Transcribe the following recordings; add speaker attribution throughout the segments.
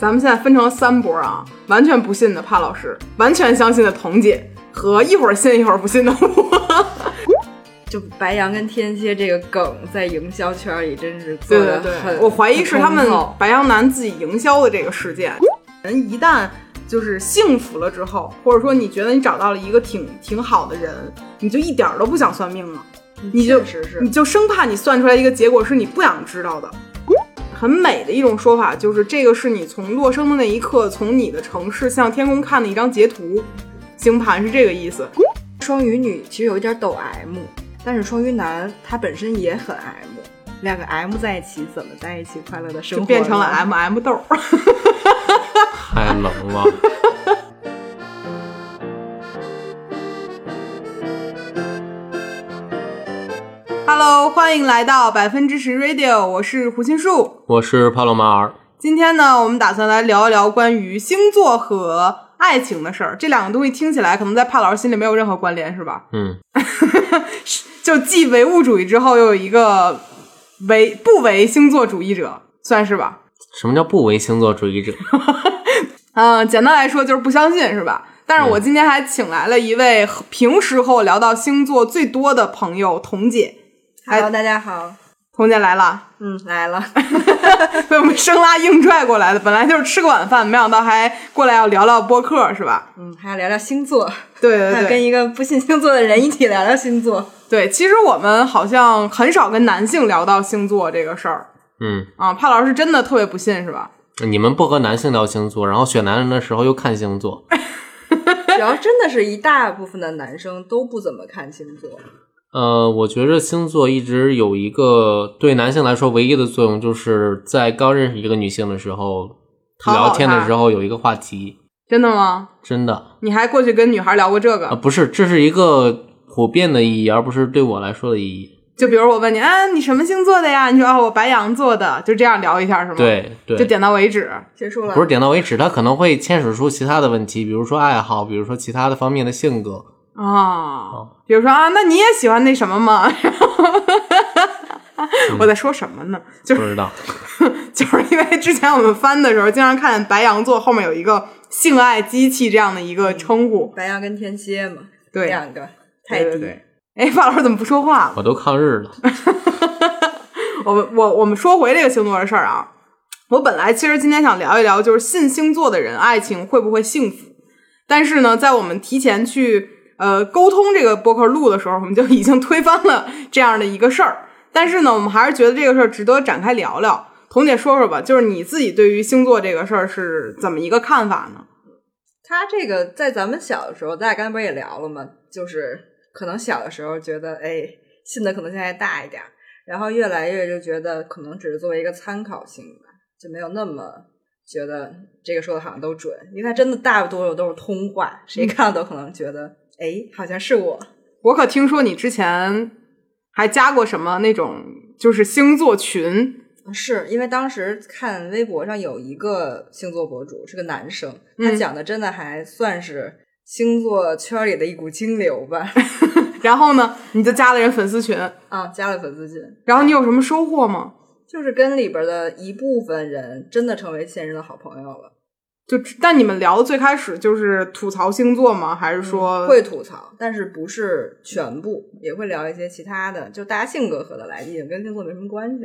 Speaker 1: 咱们现在分成三波啊，完全不信的帕老师，完全相信的彤姐和一会儿信一会儿不信的我。
Speaker 2: 就白羊跟天蝎这个梗在营销圈里真是做
Speaker 1: 对
Speaker 2: 的
Speaker 1: 对
Speaker 2: 很
Speaker 1: 对，我怀疑是他们白羊男自己营销的这个事件。人一旦就是幸福了之后，或者说你觉得你找到了一个挺挺好的人，你就一点儿都不想算命了，你就
Speaker 2: 确实是
Speaker 1: 你就生怕你算出来一个结果是你不想知道的。很美的一种说法就是，这个是你从落生的那一刻，从你的城市向天空看的一张截图，星盘是这个意思。
Speaker 2: 双鱼女其实有一点抖 M，但是双鱼男他本身也很 M，两个 M 在一起怎么在一起快乐的生
Speaker 1: 就
Speaker 2: 活呢？
Speaker 1: 变成了 M M 豆儿。
Speaker 3: 太冷了。
Speaker 1: Hello，欢迎来到百分之十 Radio，我是胡心树。
Speaker 3: 我是帕洛马尔，
Speaker 1: 今天呢，我们打算来聊一聊关于星座和爱情的事儿。这两个东西听起来可能在帕老师心里没有任何关联，是吧？
Speaker 3: 嗯，
Speaker 1: 就既唯物主义之后，又有一个唯不唯星座主义者，算是吧？
Speaker 3: 什么叫不为星座主义者？
Speaker 1: 嗯、简单来说就是不相信，是吧？但是我
Speaker 3: 嗯
Speaker 1: 今天还请来了一位和平时和我聊到星座最多的朋友彤姐，
Speaker 2: Hello，大家好，
Speaker 1: 彤姐来了，
Speaker 2: 嗯，来了，
Speaker 1: 被我们生拉硬拽过来的，本来就是吃个晚饭，没想到还过来要聊聊播客，是吧？
Speaker 2: 嗯，还要聊聊星座，
Speaker 1: 对对
Speaker 2: 还
Speaker 1: 对，
Speaker 2: 要嗯跟一个不信星座的人一起聊聊星座。
Speaker 1: 对，其实我们好像很少跟男性聊到星座这个事儿
Speaker 3: 嗯，
Speaker 1: 啊。帕老师真的特别不信是吧？
Speaker 3: 你们不和男性聊星座，然后选男人的时候又看星座，
Speaker 2: 主要真的是一大部分的男生都不怎么看星座，
Speaker 3: 呃，我觉着星座一直有一个对男性来说唯一的作用，就是在刚认识一个女性的时候，
Speaker 1: 讨好她
Speaker 3: 聊天的时候有一个话题，
Speaker 1: 真的吗？
Speaker 3: 真的啊、
Speaker 1: 你还过去跟女孩聊过这个？
Speaker 3: 不是，这是一个普遍的意义，而不是对我来说的意义。
Speaker 1: 就比如我问你，啊，你什么星座的呀？你说啊，我白羊座的，就这样聊一下是吗？，
Speaker 3: 对
Speaker 1: 就
Speaker 3: 对，
Speaker 1: 点到为止。
Speaker 2: 结束了。
Speaker 3: 不是点到为止，它可能会牵扯出其他的问题，比如说爱好，比如说其他的方面的性格。
Speaker 1: 啊，比如说啊，那你也喜欢那什么吗？
Speaker 3: 嗯
Speaker 1: 然后 我在说什么呢？就
Speaker 3: 不
Speaker 1: 是
Speaker 3: 知道，
Speaker 1: 就是因为之前我们翻的时候，经常看白羊座后面有一个“性爱机器”这样的一个称呼。
Speaker 2: 白羊跟天蝎嘛，
Speaker 1: 对，
Speaker 2: 两个泰迪。
Speaker 1: 对对对哎，范老师怎么不说话了？
Speaker 3: 我都抗日了。
Speaker 1: 我们我我们说回这个星座的事儿啊，我本来其实今天想聊一聊，就是信星座的人爱情会不会幸福？但是呢，在我们提前去呃沟通这个播客录的时候，我们就已经推翻了这样的一个事儿。但是呢，我们还是觉得这个事儿值得展开聊聊。彤姐说说吧，就是你自己对于星座这个事儿是怎么一个看法呢？
Speaker 2: 他这个在咱们小的时候，咱俩刚才不是也聊了吗？就是可能小的时候觉得，哎，信的可能性还大一点儿，然后越来越就觉得可能只是作为一个参考性吧，就没有那么觉得这个说的好像都准，因为它真的大多数都是通话，谁看都可能觉得，哎，好像是我。
Speaker 1: 我可听说你之前还加过什么那种就是星座群，
Speaker 2: 嗯是因为当时看微博上有一个星座博主是个男生，他
Speaker 1: 嗯
Speaker 2: 讲的真的还算是星座圈里的一股清流 吧。
Speaker 1: 然后呢，你就加了人粉丝群，
Speaker 2: 啊，加了粉丝群，
Speaker 1: 然后你有什么收获吗？
Speaker 2: 就是跟里边的一部分人真的成为现实的好朋友了，
Speaker 1: 就但你们聊的最开始就是吐槽星座吗？还是说、
Speaker 2: 嗯会吐槽，但是不是全部，也会聊一些其他的，就大家性格合得来，也跟星座没什么关系。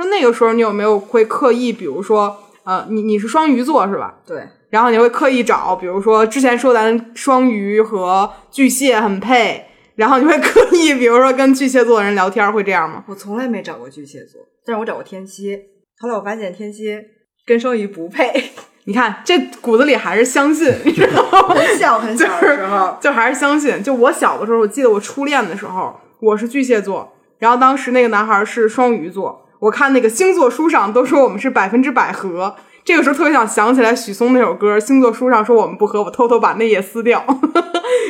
Speaker 1: 那那个时候你有没有会刻意，比如说呃，你你是双鱼座是吧？
Speaker 2: 对，
Speaker 1: 然后你会刻意找，比如说之前说咱双鱼和巨蟹很配，然后你会刻意，比如说跟巨蟹座的人聊天，会这样吗？
Speaker 2: 我从来没找过巨蟹座，但是我找过天蝎，后来我发现天蝎跟双鱼不配，
Speaker 1: 你看这骨子里还是相信，你知道吗？
Speaker 2: 很小很小的时候，
Speaker 1: 就还是相信。就我小的时候，我记得我初恋的时候，我是巨蟹座，然后当时那个男孩是双鱼座。我看那个星座书上都说我们是百分之百合，这个时候特别想想起来许嵩那首歌《星座书上说我们不合》，我偷偷把那页撕掉。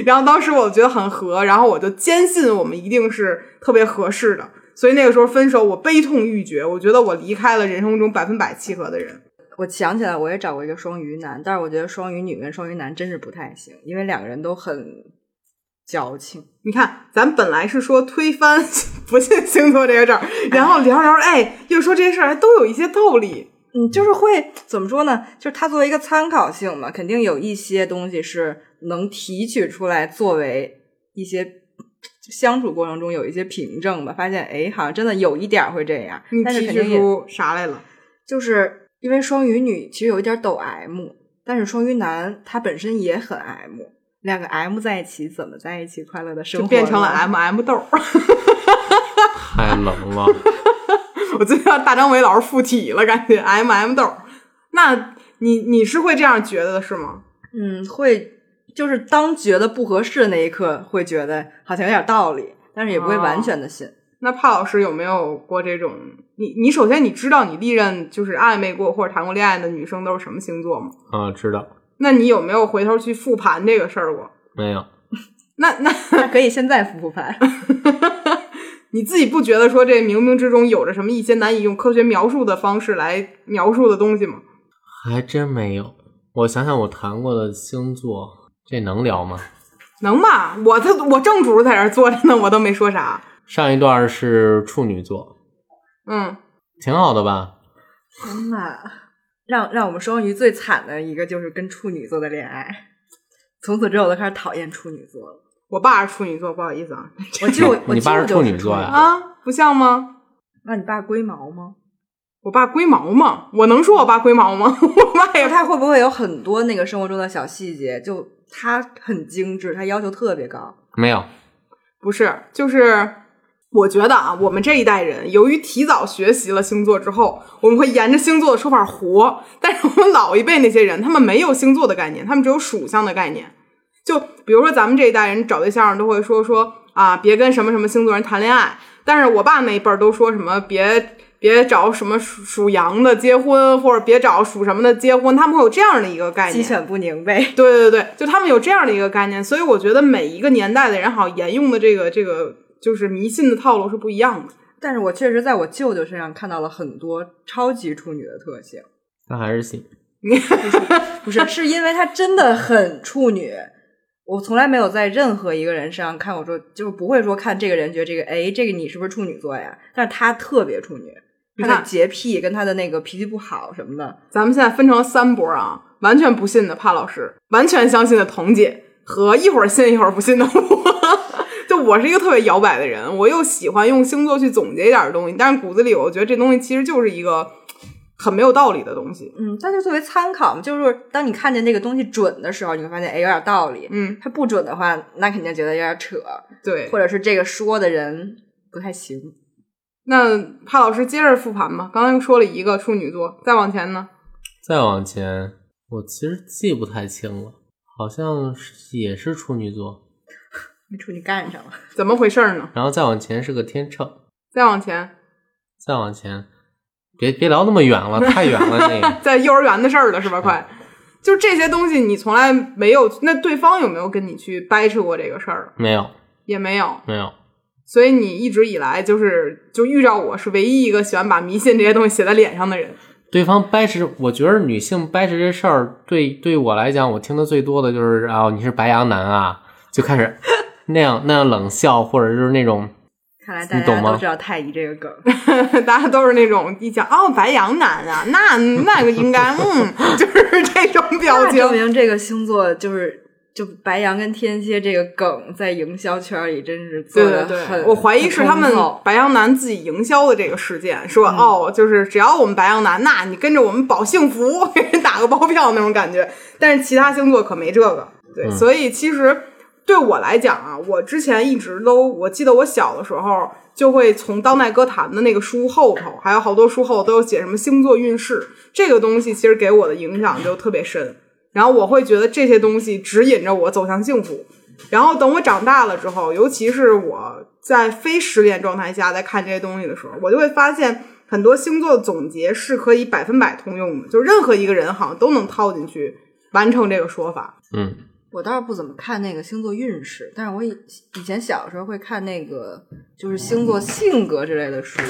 Speaker 1: 然后当时我觉得很合，然后我就坚信我们一定是特别合适的。所以那个时候分手，我悲痛欲绝，我觉得我离开了人生中百分百契合的人。
Speaker 2: 我想起来我也找过一个双鱼男，但是我觉得双鱼女跟双鱼男真是不太行，因为两个人都很矫情。
Speaker 1: 你看，咱本来是说推 翻不信星座这个事儿，然后聊着聊着，哎，又说这些事儿还都有一些道理。
Speaker 2: 嗯，就是会怎么说呢？就是它作为一个参考性嘛，肯定有一些东西是能提取出来作为一些相处过程中有一些凭证吧。发现哎，好像真的有一点儿会这样
Speaker 1: 你，
Speaker 2: 但是
Speaker 1: 提
Speaker 2: 肯
Speaker 1: 取
Speaker 2: 定也
Speaker 1: 出啥来了？
Speaker 2: 就是因为双鱼女其实有一点抖 M，但是双鱼男他本身也很 M，两个 M 在一起怎么在一起快乐的生
Speaker 1: 就
Speaker 2: 活呢？
Speaker 1: 变成了 M M 豆儿。
Speaker 3: 太冷了。
Speaker 1: 我最让大张伟老师附体了，感觉 M M 豆儿。那你你是会这样觉得的是吗？
Speaker 2: 嗯，会就是当觉得不合适的那一刻，会觉得好像有点道理，但是也不
Speaker 1: 哦
Speaker 2: 会完全的信。
Speaker 1: 那帕老师有没有过这种？你你首先你知道你历任就是暧昧过或者谈过恋爱的女生都是什么星座吗？
Speaker 3: 啊，知道
Speaker 1: 那你有没有回头去复盘这个事儿过？
Speaker 3: 没有？
Speaker 1: 那那
Speaker 2: 那可以现在复复 盘。
Speaker 1: 你自己不觉得说这冥冥之中有着什么一些难以用科学描述的方式来描述的东西吗？
Speaker 3: 还真没有。我想想，我谈过的星座，这能聊吗？
Speaker 1: 能吧？我他我正主在这儿坐着呢，我都没说啥。
Speaker 3: 上一段是处女座，
Speaker 1: 嗯，
Speaker 3: 挺好的吧？
Speaker 2: 天呐， 让让我们双鱼最惨的一个就是跟处女座的恋爱。从此之后，我都开始讨厌处女座了。
Speaker 1: 我爸是处女座，不好意思啊。
Speaker 2: 我就
Speaker 3: 你
Speaker 2: 我
Speaker 3: 你
Speaker 2: 几乎就
Speaker 3: 爸
Speaker 2: 是是
Speaker 3: 处女座呀
Speaker 1: 啊，不像吗？
Speaker 2: 那你爸龟毛吗？
Speaker 1: 我爸龟毛吗？我能说我爸龟毛吗？我爸也
Speaker 2: 就他会不会有很多那个生活中的小细节？就他很精致，他要求特别高。
Speaker 3: 没有，
Speaker 1: 不是，就是我觉得啊，我们这一代人由于提早学习了星座之后，我们会沿着星座的说法活。但是我们老一辈那些人，他们没有星座的概念，他们只有属相的概念。就比如说咱们这一代人找对象都会说说啊，别跟什么什么星座人谈恋爱。但是我爸那一辈儿都说什么别别找什么属属羊的结婚，或者别找属什么的结婚，他们会有这样的一个概
Speaker 2: 鸡
Speaker 1: 念。
Speaker 2: 犬不宁呗。
Speaker 1: 对对对，就他们有这样的一个概念，所以我觉得每一个年代的人好像沿用的这个这个就是迷信的套路是不一样的。
Speaker 2: 但是我确实在我舅舅身上看到了很多超级处女的特性。
Speaker 3: 那还是行。
Speaker 2: 不是，是因为他真的很处女。我从来没有在任何一个人身上看我说，就是不会说看这个人觉得这个，哎，这个你是不是处女座呀？但是他特别处女，
Speaker 1: 你
Speaker 2: 他
Speaker 1: 看
Speaker 2: 的洁癖跟他的那个脾气不好什么的，
Speaker 1: 咱们现在分成了三波啊，完全不信的帕老师，完全相信的彤姐和一会儿信一会儿不信的我。就我是一个特别摇摆的人，我又喜欢用星座去总结一点东西，但是骨子里我觉得这东西其实就是一个很没有道理的东西。
Speaker 2: 嗯，但就作为参考嘛，就是当你看见这个东西准的时候，你会发现，哎，有点道理。
Speaker 1: 嗯，
Speaker 2: 他不准的话，那肯定觉得有点扯，
Speaker 1: 对
Speaker 2: 或。者是这个说的人不太行。
Speaker 1: 那帕老师接着复盘吧，刚才又说了一个处女座，再往前呢？
Speaker 3: 再往前，我其实记不太清了，好像是也是处女座，
Speaker 2: 被处女干上了，
Speaker 1: 怎么回事儿呢？
Speaker 3: 然后再往前是个天秤，
Speaker 1: 再往前，。
Speaker 3: 再往前，别别聊那么远了，太远了那个
Speaker 1: 在幼儿园的事儿了，是吧？快，就这些东西，你从来没有。那对方有没有跟你去掰扯过这个事儿？
Speaker 3: 没有，
Speaker 1: 也没有。
Speaker 3: 没有，
Speaker 1: 所以你一直以来就是就遇到我是唯一一个喜欢把迷信这些东西写在脸上的人。
Speaker 3: 对方掰扯，我觉得女性掰扯这事儿，对对我来讲，我听的最多的就是啊、你是白羊男啊，就开始那样 那样冷笑，或者就是那种
Speaker 2: 看来大
Speaker 3: 你懂
Speaker 2: 家
Speaker 3: 吗
Speaker 2: 都知道太医这个梗。
Speaker 1: 大家都是那种一讲哦白羊男啊，那那个应该嗯， 就是这种表
Speaker 2: 那证
Speaker 1: 情。
Speaker 2: 明这个星座就是就白羊跟天蝎这个梗在营销圈里真是做
Speaker 1: 对
Speaker 2: 的
Speaker 1: 对
Speaker 2: 很
Speaker 1: 对，我怀疑是他们
Speaker 2: 很通透
Speaker 1: 白羊男自己营销的这个事件，
Speaker 2: 嗯
Speaker 1: 说、哦，就是只要我们白羊男，那你跟着我们保幸福， 给人打个包票那种感觉。但是其他星座可没这个，对，
Speaker 3: 嗯
Speaker 1: 所以其实对我来讲啊，我之前一直都，我记得我小的时候就会从当代歌坛的那个书后头，还有好多书后都有写什么星座运势，这个东西其实给我的影响就特别深。然后我会觉得这些东西指引着我走向幸福。然后等我长大了之后，尤其是我在非失恋状态下在看这些东西的时候，我就会发现很多星座总结是可以百分百通用的，就任何一个人好像都能套进去完成这个说法。
Speaker 3: 嗯，
Speaker 2: 我倒是不怎么看那个星座运势，但是我以以前小时候会看那个就是星座性格之类的书，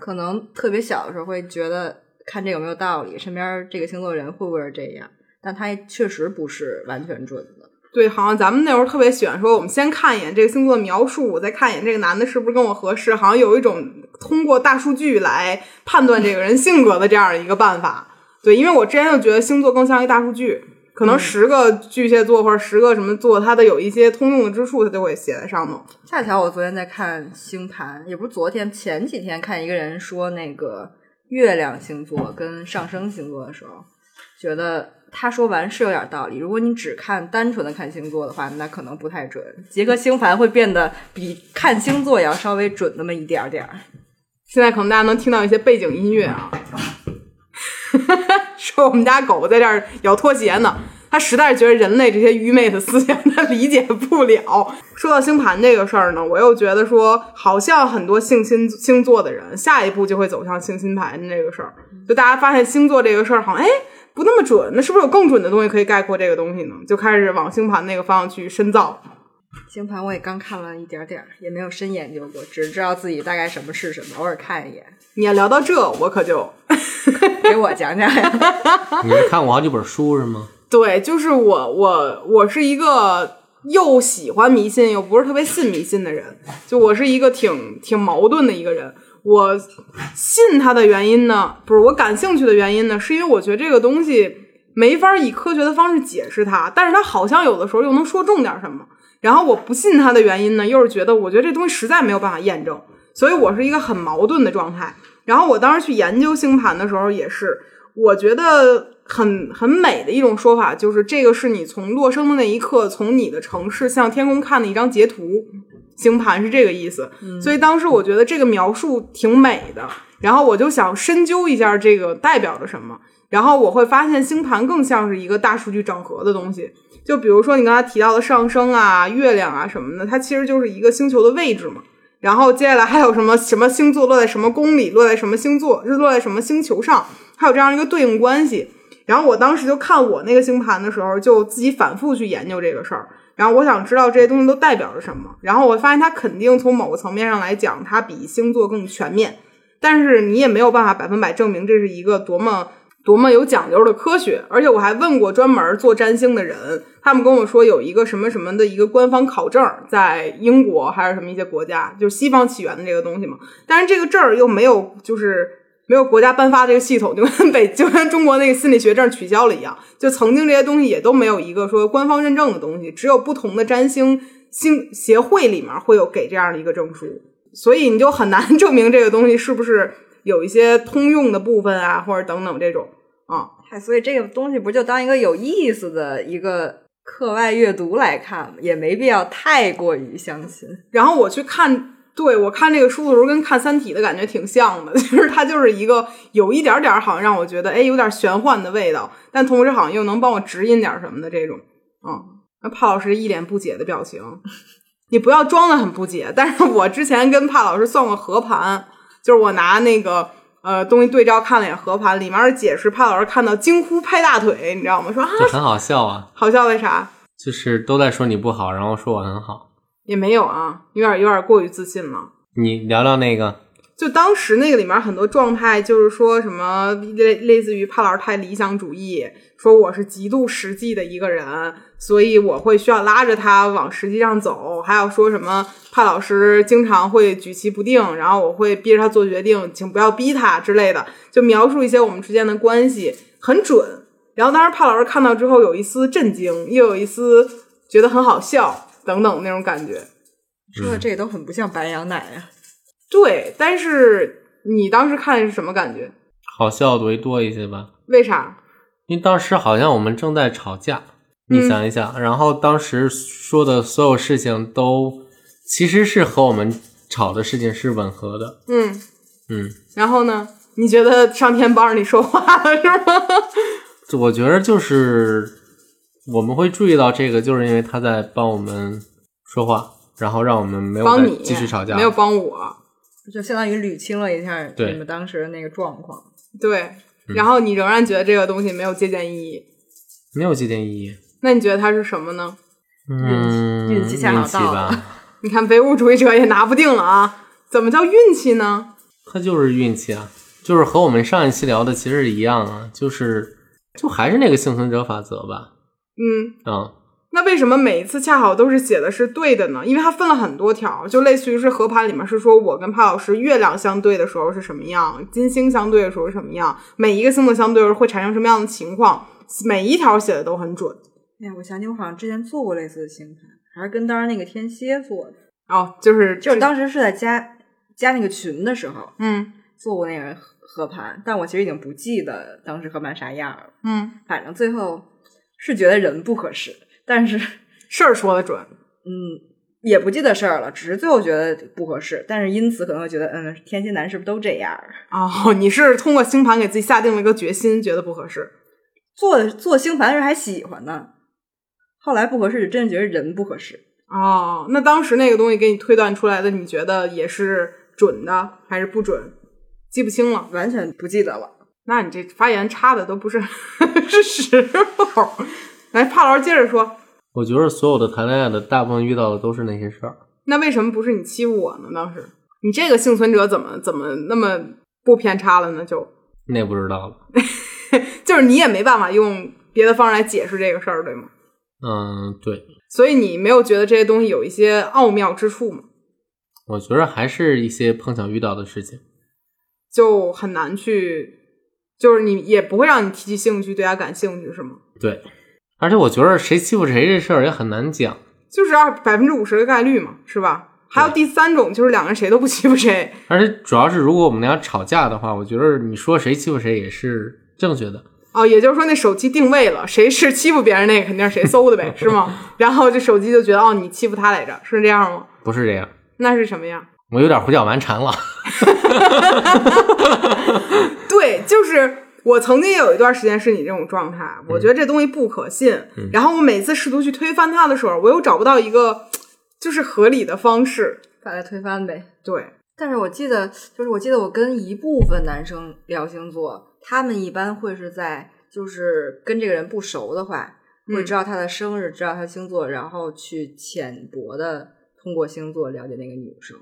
Speaker 2: 可能特别小的时候会觉得看这有没有道理，身边这个星座人会不会是这样，但他确实不是完全准的。
Speaker 1: 对，好像咱们那时候特别喜欢说，我们先看一眼这个星座的描述，我再看一眼这个男的是不是跟我合适，好像有一种通过大数据来判断这个人性格的这样一个办法。对，因为我之前就觉得星座更像一大数据，可能十个巨蟹座或者十个什么座，它的有一些通用的之处，它就会写在上头。
Speaker 2: 恰巧我昨天在看星盘，也不是昨天，前几天看一个人说那个月亮星座跟上升星座的时候，觉得他说完是有点道理。如果你只看单纯的看星座的话，那可能不太准。结合星盘会变得比看星座也要稍微准那么一点儿点儿。
Speaker 1: 现在可能大家能听到一些背景音乐啊， 说我们家狗在这儿咬拖鞋呢。它实在是觉得人类这些愚昧的思想，它理解不了。说到星盘这个事儿呢，我又觉得说，好像很多信星星座的人，下一步就会走向信星盘这个事儿。就大家发现星座这个事儿，好像哎不那么准，那是不是有更准的东西可以概括这个东西呢？就开始往星盘那个方向去深造。
Speaker 2: 星盘我也刚看了一点点儿，也没有深研究过，只知道自己大概什么是什么，偶尔看一眼。
Speaker 1: 你要聊到这，我可就
Speaker 2: 给我讲讲呀。
Speaker 3: 你是看过好几本书是吗？
Speaker 1: 对，就是我我我是一个又喜欢迷信又不是特别信迷信的人，就我是一个挺挺矛盾的一个人。我信它的原因呢，不是我感兴趣的原因呢，是因为我觉得这个东西没法以科学的方式解释它，但是它好像有的时候又能说中点什么。然后我不信它的原因呢，又是觉得我觉得这东西实在没有办法验证，所以我是一个很矛盾的状态。然后我当时去研究星盘的时候也是，我觉得很很美的一种说法，就是这个是你从落生的那一刻，从你的城市向天空看的一张截图，星盘是这个意思。所以当时我觉得这个描述挺美的，然后我就想深究一下这个代表着什么。然后我会发现星盘更像是一个大数据整合的东西，就比如说你刚才提到的上升啊、月亮啊什么的，它其实就是一个星球的位置嘛。然后接下来还有什么什么星座落在什么宫里，落在什么星座，日落在什么星球上，还有这样一个对应关系。然后我当时就看我那个星盘的时候，就自己反复去研究这个事儿。然后我想知道这些东西都代表着什么。然后我发现它肯定从某个层面上来讲，它比星座更全面，但是你也没有办法百分百证明这是一个多么多么有讲究的科学。而且我还问过专门做占星的人，他们跟我说有一个什么什么的一个官方考证，在英国还是什么一些国家，就是西方起源的这个东西嘛。但是这个证儿又没有，就是没有国家颁发这个系统，就跟北就跟中国那个心理学证取消了一样。就曾经这些东西也都没有一个说官方认证的东西，只有不同的占星星协会里面会有给这样的一个证书，所以你就很难 证明这个东西是不是有一些通用的部分啊，或者等等这种啊。
Speaker 2: 嗨，哎所以这个东西不就当一个有意思的一个课外阅读来看吗？也没必要太过于相信。
Speaker 1: 然后我去看，对我看这个书的时候，跟看《三体》的感觉挺像的， 就是它就是一个有一点点儿好像让我觉得，哎，有点玄幻的味道，但同时好像又能帮我指引点儿什么的这种。嗯，那帕老师一脸不解的表情， 你不要装的很不解。但是我之前跟帕老师算过合盘，就是我拿那个。呃，东西对照看了一眼合盘，里面的解释，帕老师看到惊呼拍大腿，你知道吗？说啊，
Speaker 3: 就很好笑啊，
Speaker 1: 好笑为啥？
Speaker 3: 就是都在说你不好，然后说我很好。
Speaker 1: 也没有啊，有点有点过于自信了。
Speaker 3: 你聊聊那个，
Speaker 1: 就当时那个里面很多状态，就是说什么类类似于帕老师太理想主义，说我是极度实际的一个人，所以我会需要拉着他往实际上走。还有说什么帕老师经常会举棋不定，然后我会逼着他做决定，请不要逼他之类的，就描述一些我们之间的关系，很准。然后当时帕老师看到之后有一丝震惊，又有一丝觉得很好笑等等那种感觉。
Speaker 2: 说的这都很不像白羊奶啊。
Speaker 1: 对，但是你当时看是什么感觉？
Speaker 3: 好笑为多一些吧，
Speaker 1: 为啥？
Speaker 3: 因为当时好像我们正在吵架，你想一想，然后当时说的所有事情都其实是和我们吵的事情是吻合的。
Speaker 1: 嗯，
Speaker 3: 嗯，
Speaker 1: 然后呢？你觉得上天帮着你说话了是吗？
Speaker 3: 就我觉得就是我们会注意到这个，就是因为他在帮我们说话，然后让我们 没有
Speaker 1: 帮
Speaker 3: 再
Speaker 1: 你
Speaker 3: 继续吵架
Speaker 1: 没。有帮我。
Speaker 2: 就相当于捋清了一下
Speaker 3: 对
Speaker 2: 你们当时的那个状况。
Speaker 1: 对，
Speaker 3: 嗯
Speaker 1: 然后你仍然觉得这个东西没有借鉴意义，
Speaker 3: 没有借鉴意义。
Speaker 1: 那你觉得它是什么呢？
Speaker 3: 嗯，
Speaker 2: 运气恰好
Speaker 3: 运气
Speaker 2: 到
Speaker 3: 吧，
Speaker 1: 你看唯物主义者也拿不定了啊，怎么叫运气呢？
Speaker 3: 它就是运气啊，就是和我们上一期聊的其实是一样啊，就是就还是那个幸存者法则吧。
Speaker 1: 嗯，
Speaker 3: 嗯，
Speaker 1: 那为什么每一次恰好都是写的是对的呢？因为它分了很多条，就类似于是合盘里面是说我跟潘老师月亮相对的时候是什么样，金星相对的时候是什么样，每一个星座相对的时候会产生什么样的情况，每一条写的都很准。
Speaker 2: 哎呀，我想起我好像之前做过类似的星盘，还是跟当时那个天蝎做的，
Speaker 1: 哦，就是
Speaker 2: 就是当时是在加加那个群的时候
Speaker 1: 嗯
Speaker 2: 做过那个合合盘，但我其实已经不记得当时合盘啥样了，
Speaker 1: 嗯，
Speaker 2: 反正最后是觉得人不合适，但是
Speaker 1: 事儿说的准，
Speaker 2: 嗯，也不记得事儿了，只是最后觉得不合适，但是因此可能会觉得，嗯，天蝎男是不是都这样儿？
Speaker 1: 哦，你是通过星盘给自己下定了一个决心，觉得不合适。
Speaker 2: 做做星盘的时候还喜欢呢，后来不合适，真的觉得人不合适。
Speaker 1: 哦，那当时那个东西给你推断出来的，你觉得也是准的还是不准？记不清了。
Speaker 2: 完全不记得了。
Speaker 1: 那你这发言插的都不是 是时候。来，帕老师接着说，
Speaker 3: 我觉得所有的谈恋爱的大部分遇到的都是那些事儿。
Speaker 1: 那为什么不是你欺负我呢？当时你这个幸存者怎么怎么那么不偏差了呢？就
Speaker 3: 那不知道了。
Speaker 1: 就是你也没办法用别的方式来解释这个事儿，对吗？
Speaker 3: 嗯，对，
Speaker 1: 所以你没有觉得这些东西有一些奥妙之处吗？
Speaker 3: 我觉得还是一些碰巧遇到的事情。
Speaker 1: 就很难去，就是你也不会让你提起兴趣，对他感兴趣是吗？
Speaker 3: 对，而且我觉得谁欺负谁这事儿也很难讲。
Speaker 1: 就是二百分之五十的概率嘛，是吧？还有第三种就是两个人谁都不欺负谁，
Speaker 3: 而且主要是如果我们俩吵架的话，我觉得你说谁欺负谁也是正确的。
Speaker 1: 哦，也就是说那手机定位了，谁是欺负别人那个肯定是谁搜的呗，是吗？然后这手机就觉得哦你欺负他来着，是这样吗？
Speaker 3: 不是这样，
Speaker 1: 那是什么样？
Speaker 3: 我有点胡搅蛮缠了。
Speaker 1: 对，就是我曾经也有一段时间是你这种状态，我觉得这东西不可信。然后我每次试图去推翻它的时候，我又找不到一个就是合理的方式。
Speaker 2: 把它推翻呗。
Speaker 1: 对，
Speaker 2: 但是我记得，就是我记得我跟一部分男生聊星座，他们一般会是在就是跟这个人不熟的话，会知道他的生日，知道他星座，然后去浅薄的通过星座了解那个女生，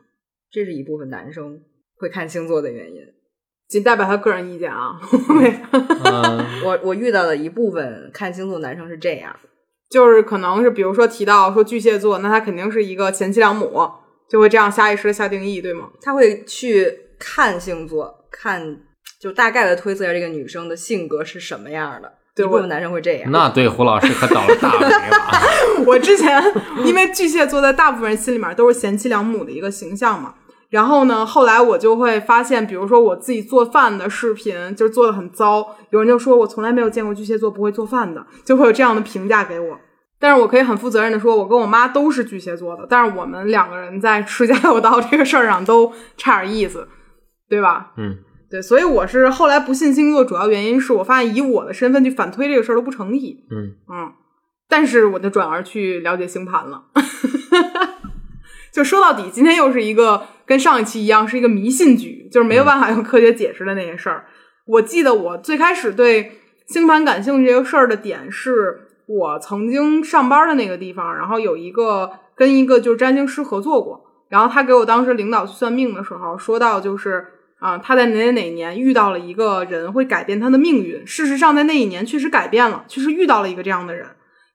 Speaker 2: 这是一部分男生会看星座的原因。
Speaker 1: 仅代表他个人意见啊， 没
Speaker 3: 嗯，
Speaker 2: 我我遇到的一部分看星座男生是这样，
Speaker 1: 就是可能是比如说提到说巨蟹座，那他肯定是一个贤妻良母，就会这样下意识的下定义，对吗？
Speaker 2: 他会去看星座，看就大概的推测一下这个女生的性格是什么样的。
Speaker 1: 对
Speaker 2: 一部
Speaker 1: 我
Speaker 2: 分男生会这样。
Speaker 3: 那对胡老师可倒了大霉 了。
Speaker 1: 我之前因为巨蟹座在大部分人心里面都是贤妻良母的一个形象嘛。然后呢，后来我就会发现，比如说我自己做饭的视频，就是做的很糟，有人就说我从来没有见过巨蟹座不会做饭的，就会有这样的评价给我。但是我可以很负责任的说，我跟我妈都是巨蟹座的，但是我们两个人在吃家有道这个事儿上都差点意思，对吧？
Speaker 3: 嗯，
Speaker 1: 对，所以我是后来不信星座，主要原因是我发现以我的身份去反推这个事儿都不成立。
Speaker 3: 嗯
Speaker 1: 嗯，但是我就转而去了解星盘了。 就说到底，今天又是一个跟上一期一样，是一个迷信局，就是没有办法用科学解释的那些事儿。我记得我最开始对星盘感兴趣这个事儿的点是。我曾经上班的那个地方，然后有一个跟一个就是占星师合作过，然后他给我当时领导去算命的时候说到，就是啊、他在哪哪哪年遇到了一个人，会改变他的命运。事实上，在那一年确实改变了，确实遇到了一个这样的人。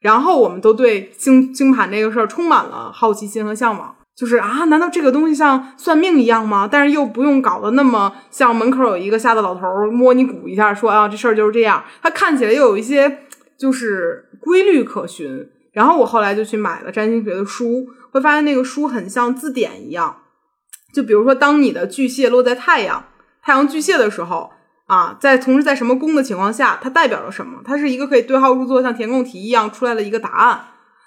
Speaker 1: 然后我们都对星星盘这个事儿充满了好奇心和向往，就是啊，难道这个东西像算命一样吗？但是又不用搞得那么像门口有一个瞎子老头儿摸你鼓一下说啊，这事儿就是这样。它看起来又有一些就是规律可循。然后我后来就去买了占星学的书，会发现那个书很像字典一样，就比如说，当你的巨蟹落在太阳，太阳巨蟹的时候啊，在同时在什么宫的情况下，它代表着什么？它是一个可以对号入座，像填空题一样出来的一个答案。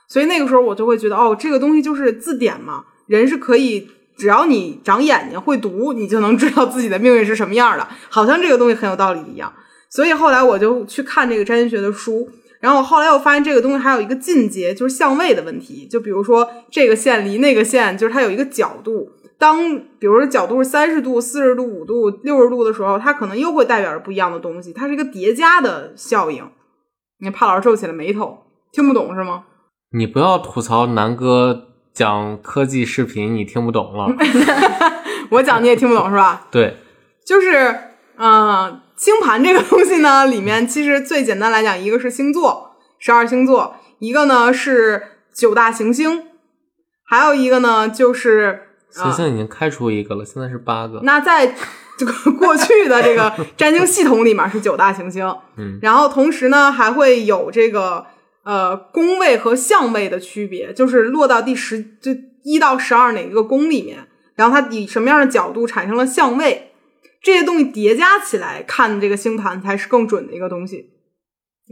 Speaker 1: 所以那个时候我就会觉得，哦，这个东西就是字典嘛，人是可以，只要你长眼睛会读，你就能知道自己的命运是什么样的，好像这个东西很有道理一样。所以后来我就去看这个占星学的书，然后后来我发现这个东西还有一个进阶，就是相位的问题。就比如说这个线离那个线，就是它有一个角度。当比如说角度是三十度、四十度、五度、六十度的时候，它可能又会代表着不一样的东西。它是一个叠加的效应。你看帕老师皱起了眉头，听不懂是吗？
Speaker 3: 你不要吐槽南哥讲科技视频，你听不懂了。
Speaker 1: 我讲你也听不懂是吧？
Speaker 3: 对，
Speaker 1: 就是，嗯，星盘这个东西呢，里面其实最简单来讲，一个是星座，十二星座，一个呢是九大行星，还有一个呢就是
Speaker 3: 行星已经开出一个了，现在是八个。
Speaker 1: 那在这个过去的这 个占星系统里面是九大行星，
Speaker 3: 嗯，
Speaker 1: 然后同时呢还会有这个呃宫位和相位的区别，就是落到第十就一到十二哪一个宫里面，然后它以什么样的角度产生了相位，这些东西叠加起来看这个星盘才是更准的一个东西。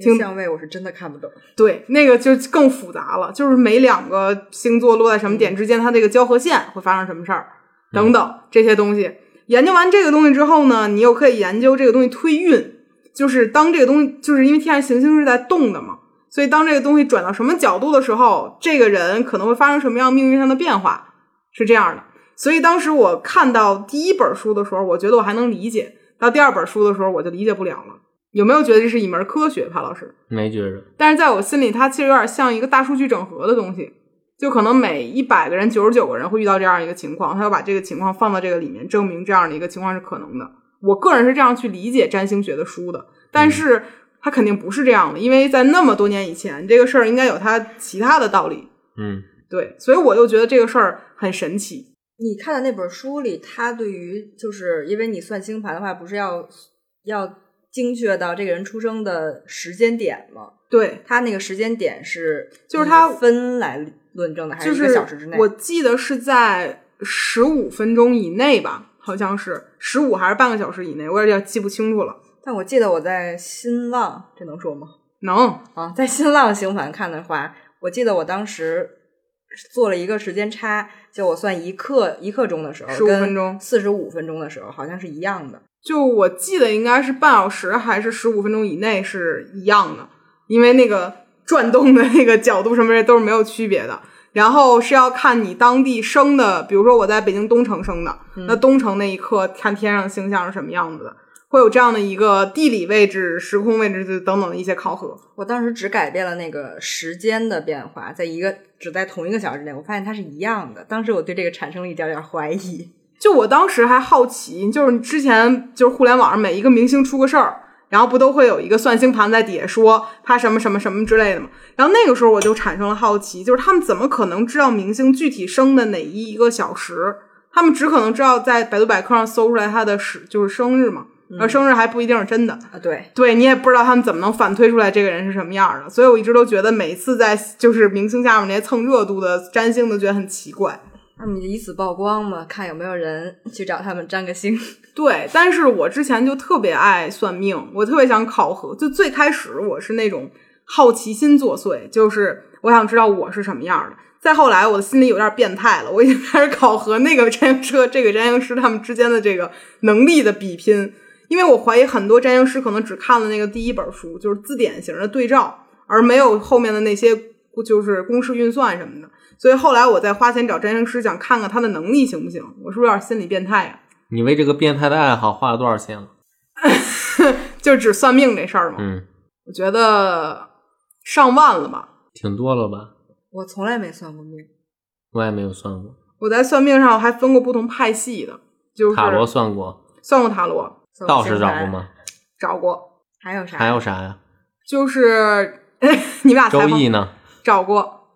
Speaker 2: 听相位我是真的看不懂。
Speaker 1: 对，那个就更复杂了，就是每两个星座落在什么点之间，它这个交合线会发生什么事儿，等等这些东西。研究完这个东西之后呢，你又可以研究这个东西推运，就是当这个东西，就是因为天上行星是在动的嘛，所以当这个东西转到什么角度的时候，这个人可能会发生什么样命运上的变化，是这样的。所以当时我看到第一本书的时候，我觉得我还能理解；到第二本书的时候，我就理解不了了。有没有觉得这是一门科学，潘老师？
Speaker 3: 没觉着。
Speaker 1: 但是在我心里，它其实有点像一个大数据整合的东西，就可能每一百个人，九十九个人会遇到这样一个情况，他要把这个情况放到这个里面，证明这样的一个情况是可能的。我个人是这样去理解占星学的书的，但是它肯定不是这样的，因为在那么多年以前，这个事儿应该有它其他的道理。
Speaker 3: 嗯，
Speaker 1: 对，所以我又觉得这个事儿很神奇。
Speaker 2: 你看的那本书里，他对于就是因为你算星盘的话，不是要要精确到这个人出生的时间点吗？
Speaker 1: 对，
Speaker 2: 他那个时间点是
Speaker 1: 就是它
Speaker 2: 以分来论证的，还
Speaker 1: 就是
Speaker 2: 一
Speaker 1: 是
Speaker 2: 个小时之内？
Speaker 1: 我记得是在十五分钟以内吧，好像是十五还是半个小时以内，我有点记不清楚了。
Speaker 2: 但我记得我在新浪，这能说吗？
Speaker 1: 能，
Speaker 2: 啊，在新浪星盘看的话，我记得我当时做了一个时间差，就我算一刻一刻钟的时候，
Speaker 1: 15分钟
Speaker 2: 四十五分钟的时候，好像是一样的。
Speaker 1: 就我记得应该是半小时还是十五分钟以内是一样的，因为那个转动的那个角度什么的都是没有区别的。然后是要看你当地生的，比如说我在北京东城生的，那东城那一刻看天上星象是什么样子的，会有这样的一个地理位置、时空位置就等等的一些考核。
Speaker 2: 我当时只改变了那个时间的变化，在一个只在同一个小时之内，我发现它是一样的。当时我对这个产生了一点点怀疑。
Speaker 1: 就我当时还好奇，就是之前就是互联网上每一个明星出个事儿，然后不都会有一个算星盘在底下说他什么什么什么之类的嘛？然后那个时候我就产生了好奇，就是他们怎么可能知道明星具体生的哪一个小时？他们只可能知道在百度百科上搜出来他的时就是生日嘛，而生日还不一定是真的。
Speaker 2: 啊，对，
Speaker 1: 对你也不知道他们怎么能反推出来这个人是什么样儿的，所以我一直都觉得每次在就是明星下面那些蹭热度的占星的，觉得很奇怪。
Speaker 2: 那么以此曝光嘛，看有没有人 去找他们占个星。
Speaker 1: 对，但是我之前就特别爱算命，我特别想考核。就最开始我是那种好奇心作祟，就是我想知道我是什么样的。再后来，我的心里有点变态了，我已经开始考核那个占星师和这个占星师他们之间的这个能力的比拼，因为我怀疑很多占星师可能只看了那个第一本书，就是字典型的对照，而没有后面的那些就是公式运算什么的。所以后来我再花钱找占星师，想看看他的能力行不行，我是不是有点心理变态呀、
Speaker 3: 你为这个变态的爱好花了多少钱了？
Speaker 1: 就只算命这事儿嘛，
Speaker 3: 嗯，
Speaker 1: 我觉得上万了吧。
Speaker 3: 挺多了吧？
Speaker 2: 我从来没算过命，
Speaker 3: 我也没有算过，
Speaker 1: 我在算命上还分过不同派系的，就是
Speaker 3: 塔罗算过，
Speaker 1: 算过塔罗，
Speaker 2: 算
Speaker 3: 道士
Speaker 2: 星
Speaker 3: 找
Speaker 2: 盘
Speaker 3: 过？吗？
Speaker 1: 找过，
Speaker 2: 还有啥？
Speaker 3: 还有啥呀？
Speaker 1: 就是 你们俩
Speaker 3: 周
Speaker 1: 猜吧
Speaker 3: 易呢？
Speaker 1: 找过，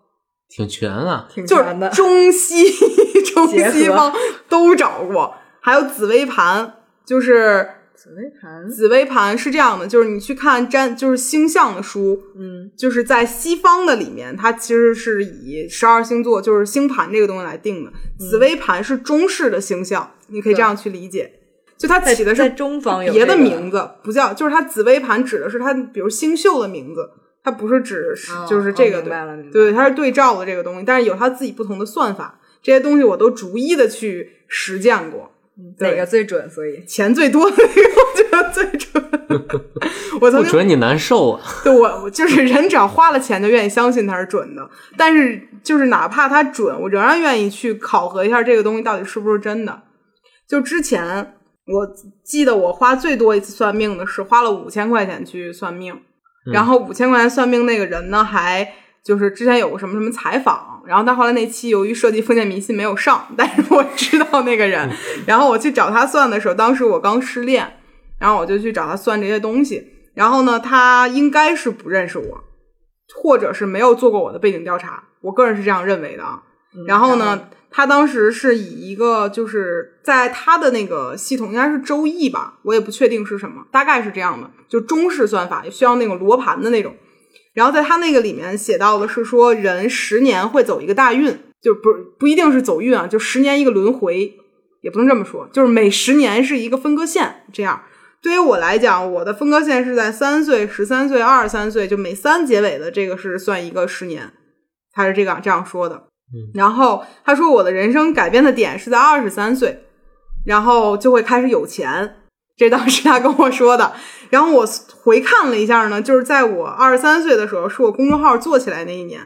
Speaker 3: 挺全啊。
Speaker 2: 挺
Speaker 1: 就是
Speaker 2: 全的。
Speaker 1: 中西 中
Speaker 2: 结合
Speaker 1: 西方都找过，还有紫微盘，就是
Speaker 2: 紫微盘，
Speaker 1: 紫微盘是这样的，就是你去看占就是星象的书，
Speaker 2: 嗯，
Speaker 1: 就是在西方的里面，它其实是以十二星座就是星盘这个东西来定的。
Speaker 2: 嗯
Speaker 1: 紫微盘是中式的星象，你可以这样去理解。就它
Speaker 2: 在
Speaker 1: 起的
Speaker 2: 在
Speaker 1: 是
Speaker 2: 中方有
Speaker 1: 别的
Speaker 2: 这个
Speaker 1: 名字，不叫，就是它紫微盘指的是它，比如星宿的名字，它不是指是
Speaker 2: 哦
Speaker 1: 就是这
Speaker 2: 哦
Speaker 1: 个
Speaker 2: 明白了明白
Speaker 1: 对
Speaker 2: 了
Speaker 1: 对，它是对照的这个东西，但是有它自己不同的算法。这些东西我都逐一的去实践过，
Speaker 2: 哪个最准？所以
Speaker 1: 钱最多的那个，我觉得最准。我曾
Speaker 3: 不
Speaker 1: 经
Speaker 3: 准你难受啊！
Speaker 1: 对我，我就是人只要花了钱就愿意相信它是准的，但是就是哪怕它准，我仍然愿意去考核一下这个东西到底是不是真的。就之前我记得我花最多一次算命的是花了五千块钱去算命，然后五千块钱算命那个人呢还。就是之前有过什么什么采访，然后他后来那期由于涉及封建迷信没有上，但是我知道那个人，然后我去找他算的时候，当时我刚失恋，然后我就去找他算这些东西，然后呢，他应该是不认识我，或者是没有做过我的背景调查，我个人是这样认为的啊。
Speaker 2: 嗯
Speaker 1: 然后呢，他当时是以一个就是在他的那个系统应该是周易吧，我也不确定是什么，大概是这样的，就中式算法，需要那种罗盘的那种。然后在他那个里面写到的是说，人十年会走一个大运，就不不一定是走运啊，就十年一个轮回，也不能这么说，就是每十年是一个分割线这样。对于我来讲，我的分割线是在三岁、十三岁、二十三岁，就每三结尾的这个是算一个十年，他是这样这样说的。然后他说我的人生改变的点是在二十三岁，然后就会开始有钱，这当时他跟我说的。然后我回看了一下呢，就是在我二十三岁的时候，是我公众号做起来那一年，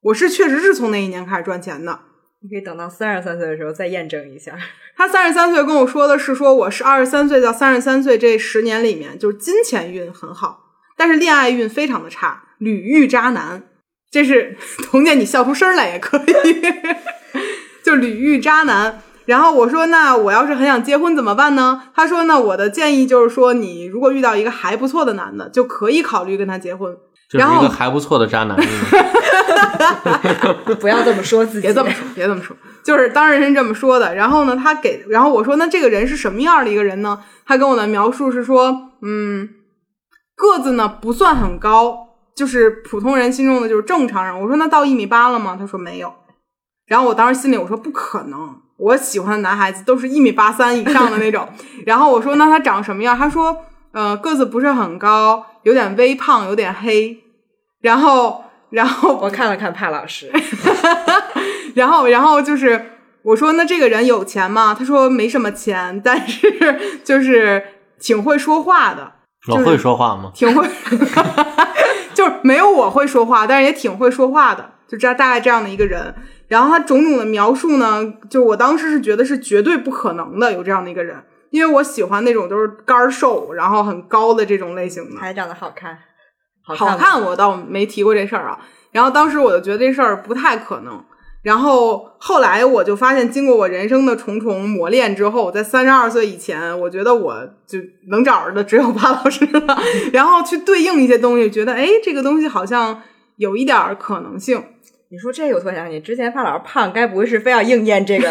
Speaker 1: 我是确实是从那一年开始赚钱的。
Speaker 2: 你可以等到三十三岁的时候再验证一下。
Speaker 1: 他三十三岁跟我说的是，说我是二十三岁到三十三岁这十年里面，就是金钱运很好，但是恋爱运非常的差，屡遇渣男。这是 童姐，你笑出声儿来也可以， 就屡遇渣男。然后我说，那我要是很想结婚怎么办呢？他说，那我的建议就是说，你如果遇到一个还不错的男的，就可以考虑跟他结婚。
Speaker 3: 就是
Speaker 1: 然
Speaker 3: 一
Speaker 1: 后
Speaker 3: 个还不错的渣男。
Speaker 2: 不要这么说自 己，
Speaker 1: 别这么说，别这么说，就是当时是这么说的。然后呢，他给，然后我说那这个人是什么样的一个人呢？他跟我的描述是说，嗯，个子呢不算很高，就是普通人心中的就是正常人。我说那到一米八了吗？他说没有。然后我当时心里我说不可能，我喜欢的男孩子都是一米八三以上的那 种。然后我说那他长什么样？他说呃个子不是很高，有点微胖，有点黑。然后然后
Speaker 2: 我看了看帕老师，
Speaker 1: 然后，然后就是我说那这个人有钱吗？他说没什么钱，但是就是挺会说话的，
Speaker 3: 我会说话吗？
Speaker 1: 挺会， 就是没有我会说话，但是也挺会说话的，就这样大概这样的一个人。然后他种种的描述呢，就我当时是觉得是绝对不可能的，有这样的一个人，因为我喜欢那种就是干儿瘦，然后很高的这种类型的。
Speaker 2: 还长得好看，好
Speaker 1: 好
Speaker 2: 看吗
Speaker 1: 看我倒没提过这事儿啊。然后当时我就觉得这事儿不太可能。然后后来我就发现，经过我人生的重重磨练之后，在三十二岁以前，我觉得我就能找着的只有巴老师 了。然后去对应一些东西，觉得哎，这个东西好像有一点儿可能性。
Speaker 2: 你说这个我突然想起，之前帕老师胖，该不会是非要应验 这个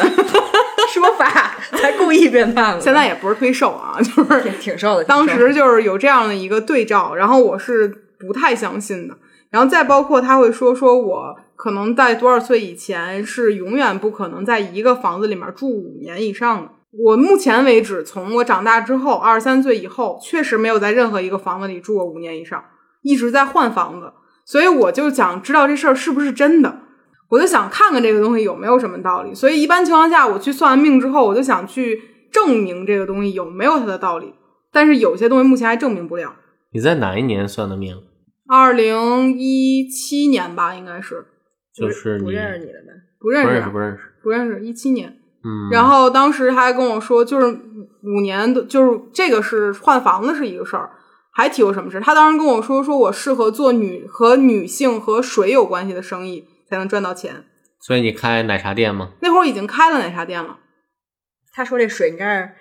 Speaker 2: 说法才故意变胖的？
Speaker 1: 现在也不是忒瘦啊，就是
Speaker 2: 挺挺瘦的，挺
Speaker 1: 当
Speaker 2: 瘦
Speaker 1: 时就是有这样的一个对照，然后我是不太相信的。然后再包括他会说，说我可能在多少岁以前是永远不可能在一个房子里面住五年以上的。我目前为止，从我长大之后，二十三岁以后，确实没有在任何一个房子里住过五年以上，一直在换房子。所以我就想知道这事儿是不是真的，我就想看看这个东西有没有什么道理。所以一般情况下，我去算完命之后，我就想去证明这个东西有没有它的道理。但是有些东西目前还证明不了。
Speaker 3: 你在哪一年算的命？
Speaker 1: 二零一七年吧，应该是
Speaker 3: 就是
Speaker 2: 不
Speaker 3: 你
Speaker 2: 认识你了呗。
Speaker 1: 不
Speaker 3: 不
Speaker 1: 认识
Speaker 3: 认识
Speaker 1: 啊，
Speaker 3: 不认识。
Speaker 1: 不认识，一七年。
Speaker 3: 嗯，
Speaker 1: 然后当时他还跟我说，就是五年的，就是这个是换房子是一个事儿，还提过什么事儿？他当时跟我说，说我适合做女和女性和水有关系的生意才能赚到钱。
Speaker 3: 所以你开奶茶店吗？
Speaker 1: 那会儿已经开了奶茶店了，
Speaker 2: 他说这水应该是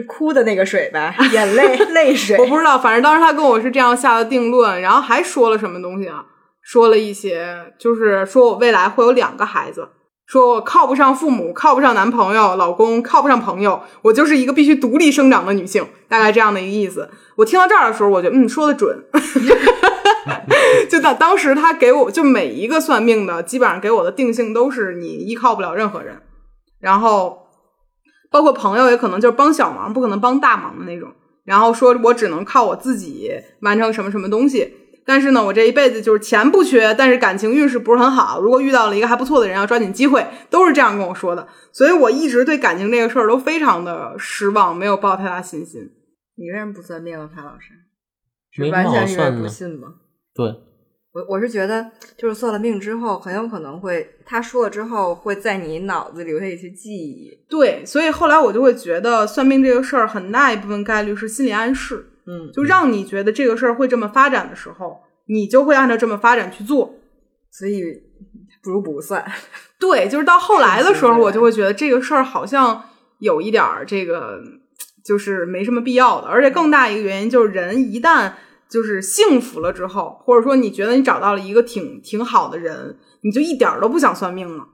Speaker 2: 是哭的那个水吧，眼泪泪水。
Speaker 1: 我不知道，反正当时他跟我是这样下的定论，然后还说了什么东西啊？说了一些，就是说我未来会有两个孩子，说我靠不上父母，靠不上男朋友、老公，靠不上朋友，我就是一个必须独立生长的女性，大概这样的一个意思。我听到这儿的时候，我觉得嗯，说的准。 就当当时他给我就每一个算命的，基本上给我的定性都是你依靠不了任何人，然后包括朋友也可能就是帮小忙，不可能帮大忙的那种。然后说我只能靠我自己完成什么什么东西。但是呢，我这一辈子就是钱不缺，但是感情运势不是很好。如果遇到了一个还不错的人，要抓紧机会，都是这样跟我说的。所以我一直对感情这个事儿都非常的失望，没有抱太大信心。
Speaker 2: 你为什么不算命啊，潘老师？
Speaker 3: 没
Speaker 2: 是完
Speaker 3: 什么好
Speaker 2: 全因为
Speaker 3: 算
Speaker 2: 不
Speaker 3: 的。
Speaker 2: 信吗？
Speaker 3: 对，
Speaker 2: 我我是觉得，就是算了命之后，很有可能会他说了之后，会在你脑子留下一些记忆。
Speaker 1: 对，所以后来我就会觉得算命这个事儿很大一部分概率是心理暗示，
Speaker 2: 嗯，
Speaker 1: 就让你觉得这个事儿会这么发展的时候，你就会按照这么发展去做。
Speaker 2: 所以不如不 算。
Speaker 1: 对，就是到后来的时候，
Speaker 2: 顺其自然
Speaker 1: 我就会觉得这个事儿好像有一点儿这个，就是没什么必要的。而且更大一个原因就是，人一旦就是幸福了之后，或者说你觉得你找到了一个挺挺好的人，你就一点儿都不想算命了，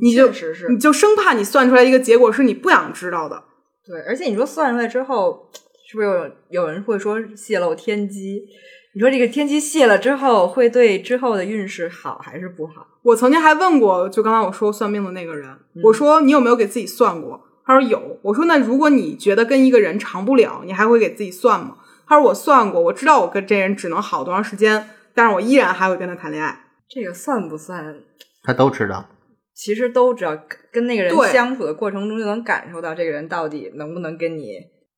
Speaker 1: 你就
Speaker 2: 确实是
Speaker 1: 你就生怕你算出来一个结果是你不想知道的。
Speaker 2: 对，而且你说算出来之后，是不是有有人会说泄露天机？你说这个天机泄了之后，会对之后的运势好还是不好？
Speaker 1: 我曾经还问过，就刚才我说算命的那个人，我说你有没有给自己算过？他说有。我说那如果你觉得跟一个人长不了，你还会给自己算吗？他说我算过，我知道我跟这人只能好多长时间，但是我依然还会跟他谈恋爱。
Speaker 2: 这个算不算？
Speaker 3: 他都知道。
Speaker 2: 其实都只要跟那个人
Speaker 1: 对
Speaker 2: 相处的过程中，就能感受到这个人到底能不能跟你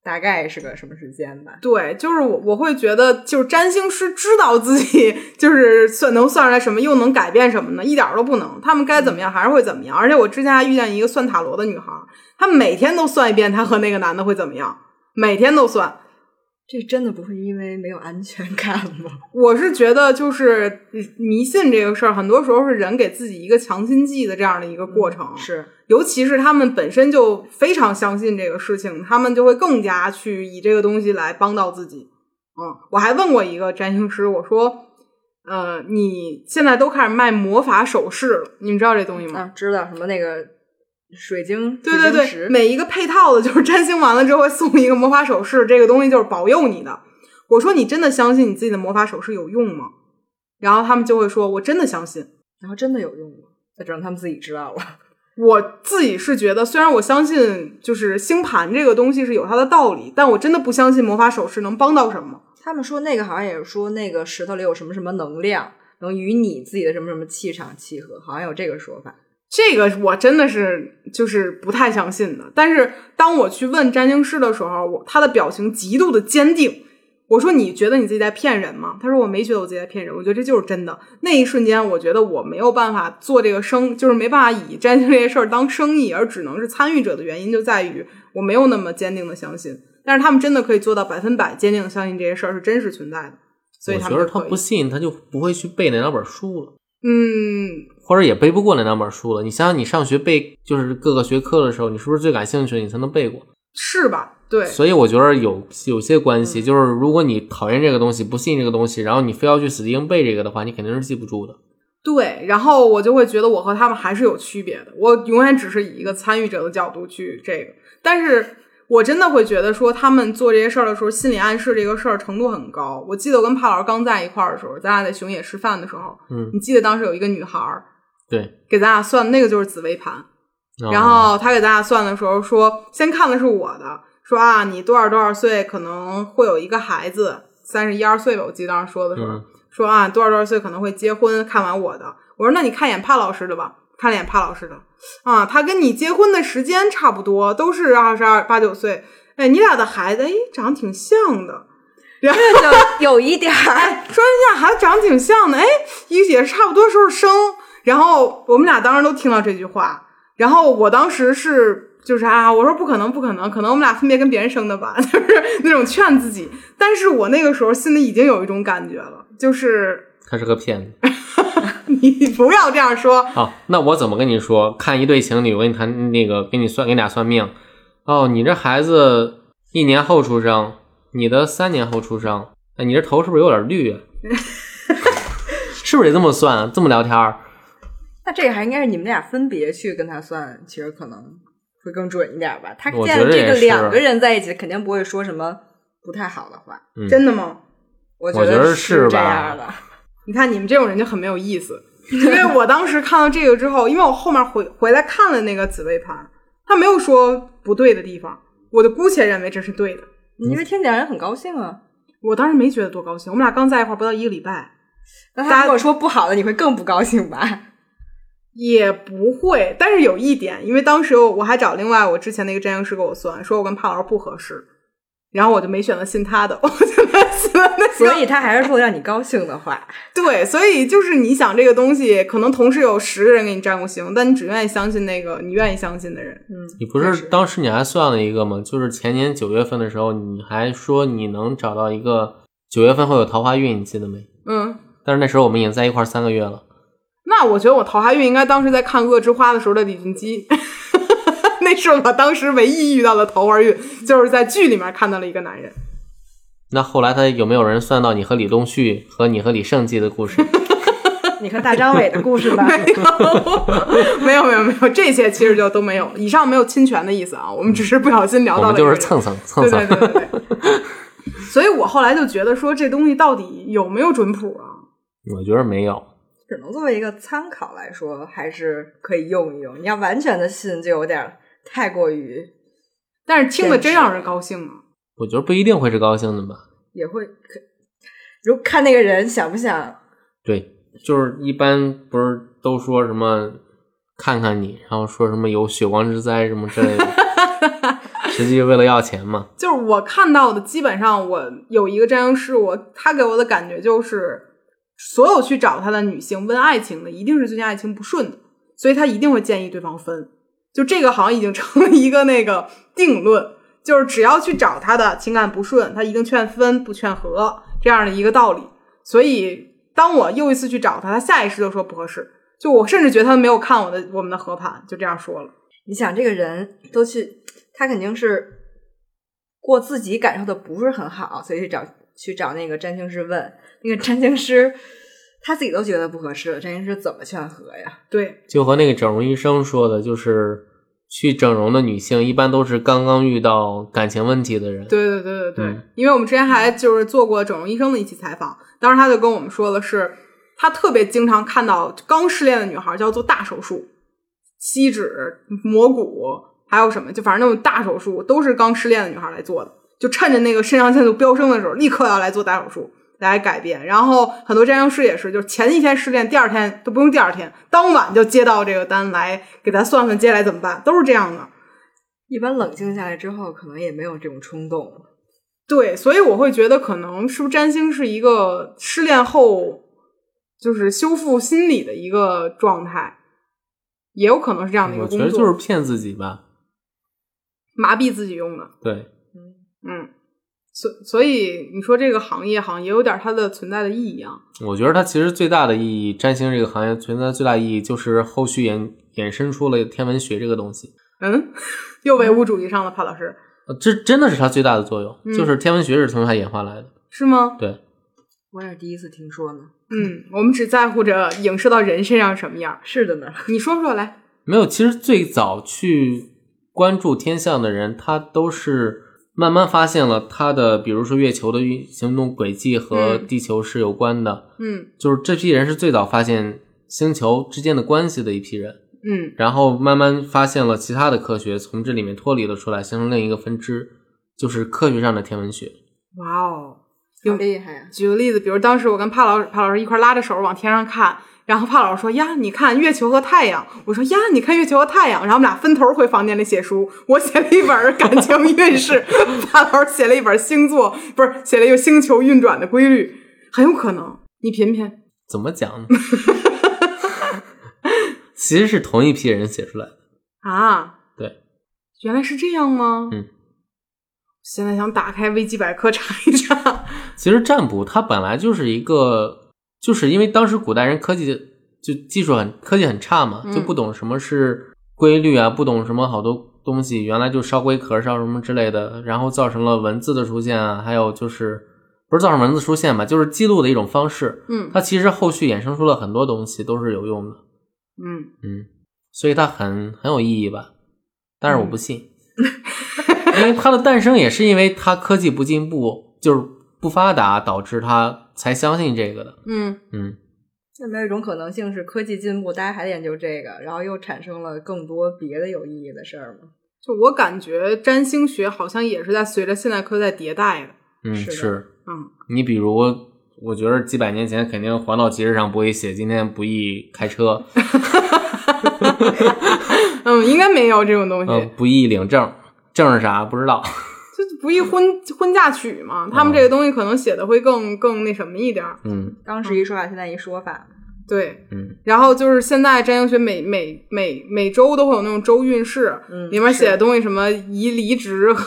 Speaker 2: 大概是个什么时间吧。
Speaker 1: 对，就是我我会觉得，就是占星师知道自己就是算能算出来什么，又能改变什么呢？一点儿都不能。他们该怎么样还是会怎么样。而且我之前还遇见一个算塔罗的女孩，她每天都算一遍她和那个男的会怎么样，每天都算。
Speaker 2: 这真的不会因为没有安全感吗？
Speaker 1: 我是觉得，就是迷信这个事儿，很多时候是人给自己一个强心剂的这样的一个过程。
Speaker 2: 嗯是，
Speaker 1: 尤其是他们本身就非常相信这个事情，他们就会更加去以这个东西来帮到自己。嗯，我还问过一个占星师，我说，呃，你现在都开始卖魔法首饰了，你们知道这东西吗？
Speaker 2: 啊，知道什么那个水晶，
Speaker 1: 对对
Speaker 2: 水晶
Speaker 1: 对，
Speaker 2: 石
Speaker 1: 每一个配套的，就是占星完了之后会送一个魔法首饰，这个东西就是保佑你的。我说你真的相信你自己的魔法首饰有用吗？然后他们就会说，我真的相信。
Speaker 2: 然后真的有用吗？那只能他们自己知道了。
Speaker 1: 我自己是觉得，虽然我相信就是星盘这个东西是有它的道理，但我真的不相信魔法首饰能帮到什么。
Speaker 2: 他们说那个好像也是说那个石头里有什么什么能量，能与你自己的什么什么气场契合，好像有这个说法。
Speaker 1: 这个我真的是就是不太相信的。但是当我去问占星师的时候，我他的表情极度的坚定。我说：“你觉得你自己在骗人吗？”他说：“我没觉得我自己在骗人，我觉得这就是真的。”那一瞬间，我觉得我没有办法做这个生，就是没办法以占星这件事儿当生意，而只能是参与者的原因就在于我没有那么坚定的相信。但是他们真的可以做到百分百坚定的相信这些事儿是真实存在的，所以
Speaker 3: 我
Speaker 1: 他
Speaker 3: 觉
Speaker 1: 们
Speaker 3: 得
Speaker 1: 就
Speaker 3: 他
Speaker 1: 可以
Speaker 3: 不信，他就不会去背那两本书了。
Speaker 1: 嗯，
Speaker 3: 或者也背不过那两本书了。你想想，你上学背就是各个学科的时候，你是不是最感兴趣的，你才能背过？
Speaker 1: 是吧？对，嗯
Speaker 3: 所以我觉得有有些关系，就是如果你讨厌这个东西，不信这个东西，然后你非要去死记硬背这个的话，你肯定是记不住的。
Speaker 1: 对，然后我就会觉得我和他们还是有区别的，我永远只是以一个参与者的角度去这个，但是我真的会觉得说他们做这些事儿的时候，心理暗示这个事儿程度很高。我记得我跟帕老师刚在一块儿的时候，咱俩在熊野吃饭的时候，
Speaker 3: 嗯
Speaker 1: 你记得当时有一个女孩儿
Speaker 3: 对，啊
Speaker 1: 给咱俩算那个就是紫微盘，
Speaker 3: 哦
Speaker 1: 然后他给大家算的时候说，先看的是我的，说啊，你多少多少岁可能会有一个孩子，三十一二岁吧，我记得当时说的时候，
Speaker 3: 嗯
Speaker 1: 说啊，多少多少岁可能会结婚。看完我的，我说那你看一眼帕老师的吧，看了一眼帕老师的，啊，他跟你结婚的时间差不多，都是二十二八九岁，哎，你俩的孩子哎长得挺像的，哎
Speaker 2: 这就有一点儿，
Speaker 1: 说人家孩子长得挺像的，哎，一也是差不多时候生。然后我们俩当时都听到这句话，然后我当时是就是啊，我说不可能，不可能，可能我们俩分别跟别人生的吧， 就是那种劝自己。但是我那个时候心里已经有一种感觉了，就是
Speaker 3: 他是个骗子。
Speaker 1: 你不要这样说，
Speaker 3: 好、那我怎么跟你说？看一对情侣，我给你谈那个，给你算，给你俩算命。哦，你这孩子一年后出生，你的三年后出生，哎，你这头是不是有点 绿啊？是不是得这么算啊？这么聊天儿？
Speaker 2: 那这个还应该是你们俩分别去跟他算，其实可能会更准一点吧。他
Speaker 3: 我
Speaker 2: 见
Speaker 3: 觉得
Speaker 2: 这
Speaker 3: 也
Speaker 2: 个
Speaker 3: 是
Speaker 2: 两个人在一起，肯定不会说什么不太好的话。
Speaker 3: 嗯
Speaker 1: 真的吗？
Speaker 2: 我
Speaker 3: 我觉得
Speaker 2: 是
Speaker 3: 是
Speaker 2: 这
Speaker 3: 吧
Speaker 2: 样的。
Speaker 1: 你看你们这种人就很没有意思，因为我当时看到这个之后，因为我后面回回来看了那个紫薇盘，他没有说不对的地方，我就姑且认为这是对的。
Speaker 2: 因为听起来人很高兴啊，
Speaker 1: 我当时没觉得多高兴，我们俩刚在一块儿不到一个礼拜，
Speaker 2: 那
Speaker 1: 大
Speaker 2: 他
Speaker 1: 家
Speaker 2: 如果说不好的，你会更不高兴吧？
Speaker 1: 也不会。但是有一点，因为当时我我还找另外我之前那个占星师给我算，说我跟帕老师不合适，然后我就没选择信他的，我就没信那个
Speaker 2: 所以他还是说让你高兴的话。
Speaker 1: 对，所以就是你想这个东西，可能同时有十个人给你占过星，但你只愿意相信那个你愿意相信的人。
Speaker 3: 你不是当时你还算了一个吗？就是前年九月份的时候，你还说你能找到一个九月份会有桃花运，你记得没？
Speaker 1: 嗯，
Speaker 3: 但是那时候我们已经在一块儿三个月了，
Speaker 1: 那我觉得我桃花运应该当时在看《恶之花》的时候的李俊基， 那是我当时唯一遇到的桃花运，就是在剧里面看到了一个男人。
Speaker 3: 那后来他有没有人算到你和李东旭和你和李胜记的 故事？
Speaker 2: 你看大张伟的故事吧，
Speaker 1: 没有没有没有，这些其实就都没有。以上没有侵权的意思啊，我们只是不小心聊
Speaker 3: 我
Speaker 1: 到
Speaker 3: 们
Speaker 1: 了
Speaker 3: 就
Speaker 1: 一个
Speaker 3: 是
Speaker 1: 人
Speaker 3: 蹭蹭蹭蹭
Speaker 1: 对。对对对对。 所以我后来就觉得说，这东西到底有没有准谱啊？
Speaker 3: 我觉得没有，
Speaker 2: 只能作为一个参考来说，还是可以用一用。你要完全的信，就有点儿太过于
Speaker 1: 但是听的真
Speaker 2: 真是
Speaker 1: 让人高兴啊！
Speaker 3: 我觉得不一定会是高兴的吧。
Speaker 2: 也会可，如看那个人想不想
Speaker 3: 对，就是一般不是都说什么看看你，然后说什么有血光之灾什么之 类的，实际为了要钱嘛。
Speaker 1: 就是我看到的，基本上我有一个占星师，我他给我的感觉就是，所有去找他的女性问爱情的，一定是最近爱情不顺的，所以他一定会建议对方分。就这个好像已经成了一个那个定论，就是只要去找他的情感不顺，他一定劝分不劝和这样的一个道理。所以当我又一次去找他，他下意识就说不合适。就我甚至觉得他没有看我的我们的合盘，就这样说了。
Speaker 2: 你想这个人都去，他肯定是过自己感受的不是很好，所以去找去找那个占星师问，那个占星师他自己都觉得不合适了，占星师怎么劝和呀？
Speaker 1: 对，
Speaker 3: 就和那个整容医生说的，就是去整容的女性一般都是刚刚遇到感情问题的人。
Speaker 1: 对对对对对，
Speaker 3: 嗯
Speaker 1: 因为我们之前还就是做过整容医生的一期采访，当时他就跟我们说的是，他特别经常看到刚失恋的女孩就要做大手术，吸脂、磨骨，还有什么，就反正那种大手术都是刚失恋的女孩来做的，就趁着那个肾上腺素飙升的时候，立刻要来做大手术。来改变，然后很多占星师也是，就是前一天失恋，第二天都不用第二天，当晚就接到这个单来给咱算算接下来怎么办，都是这样的。
Speaker 2: 一般冷静下来之后，可能也没有这种冲动了。
Speaker 1: 对，所以我会觉得，可能是不是占星是一个失恋后就是修复心理的一个状态，也有可能是这样的一个
Speaker 3: 我
Speaker 1: 工
Speaker 3: 觉
Speaker 1: 作，
Speaker 3: 得就是骗自己吧。
Speaker 1: 麻痹自己用的。
Speaker 3: 对，
Speaker 1: 嗯，所所以你说这个行业好像也有点它的存在的意义啊。
Speaker 3: 我觉得它其实最大的意义，占星这个行业存在的最大意义就是后续衍衍生出了天文学这个东西。
Speaker 1: 嗯， 又唯物主义上了，帕老师
Speaker 3: 呃这真的是它最大的作用，
Speaker 1: 嗯
Speaker 3: 就是天文学是从它演化来的。
Speaker 1: 是吗？
Speaker 3: 对，
Speaker 2: 我也是第一次听说呢。
Speaker 1: 嗯，我们只在乎着影射到人身上什么样儿，
Speaker 2: 是 的呢，
Speaker 1: 你说说来。
Speaker 3: 没有，其实最早去关注天象的人，他都是慢慢发现了他的，比如说月球的运行动轨迹和
Speaker 1: 嗯
Speaker 3: 地球是有关的，
Speaker 1: 嗯
Speaker 3: 就是这批人是最早发现星球之间的关系的一批人，
Speaker 1: 嗯
Speaker 3: 然后慢慢发现了其他的科学，从这里面脱离了出来，形成另一个分支，就是科学上的天文学。
Speaker 1: 哇哦，
Speaker 2: 好厉害啊呀、
Speaker 1: 举个例子，比如当时我跟帕老帕老师一块拉着手往天上看，然后帕老师说：“呀，你看月球和太阳。”我说：“呀，你看月球和太阳。”然后我们俩分头回房间里写书，我写了一本感情运势， 帕老师写了一本星座，不是写了一个星球运转的规律，很有可能。你品品，
Speaker 3: 怎么讲呢？ 其实是同一批人写出来的。
Speaker 1: 啊，
Speaker 3: 对，
Speaker 1: 原来是这样吗？
Speaker 3: 嗯，
Speaker 1: 现在想打开维基百科查一查。
Speaker 3: 其实占卜它本来就是一个，就是因为当时古代人科技就技术很科技很差嘛，
Speaker 1: 嗯
Speaker 3: 就不懂什么是规律啊，不懂什么好多东西，原来就烧龟壳、烧什么之类的，然后造成了文字的出现啊，还有就是不是造成文字出现吧，就是记录的一种方式。
Speaker 1: 嗯
Speaker 3: 它其实后续衍生出了很多东西，都是有用的，
Speaker 1: 嗯，
Speaker 3: 嗯，所以它很很有意义吧。但是我
Speaker 2: 嗯
Speaker 3: 不信，因为它的诞生也是因为它科技不进步，就是不发达，导致它才相信这个的。
Speaker 1: 嗯，
Speaker 3: 嗯，
Speaker 2: 有没有一种可能性是科技进步，大家还研究这个，然后又产生了更多别的有意义的事儿吗？
Speaker 1: 就我感觉占星学好像也是在随着现代科技在迭代的。
Speaker 3: 嗯，
Speaker 2: 是的
Speaker 1: 嗯，
Speaker 3: 你比如，我觉得几百年前肯定黄道吉日上不会写今天不宜开车，
Speaker 1: 嗯，应该没有这种东西，
Speaker 3: 嗯，不宜领证，证是啥不知道。
Speaker 1: 就是不一婚婚嫁娶嘛，他们这个东西可能写的会更更那什么一点儿。
Speaker 3: 嗯
Speaker 2: 当时一说法，现在一说法，
Speaker 1: 对，
Speaker 3: 嗯，
Speaker 1: 然后就是现在占星学每每每每周都会有那种周运势，
Speaker 2: 嗯，
Speaker 1: 里面写的
Speaker 2: 是
Speaker 1: 东西什么宜离职和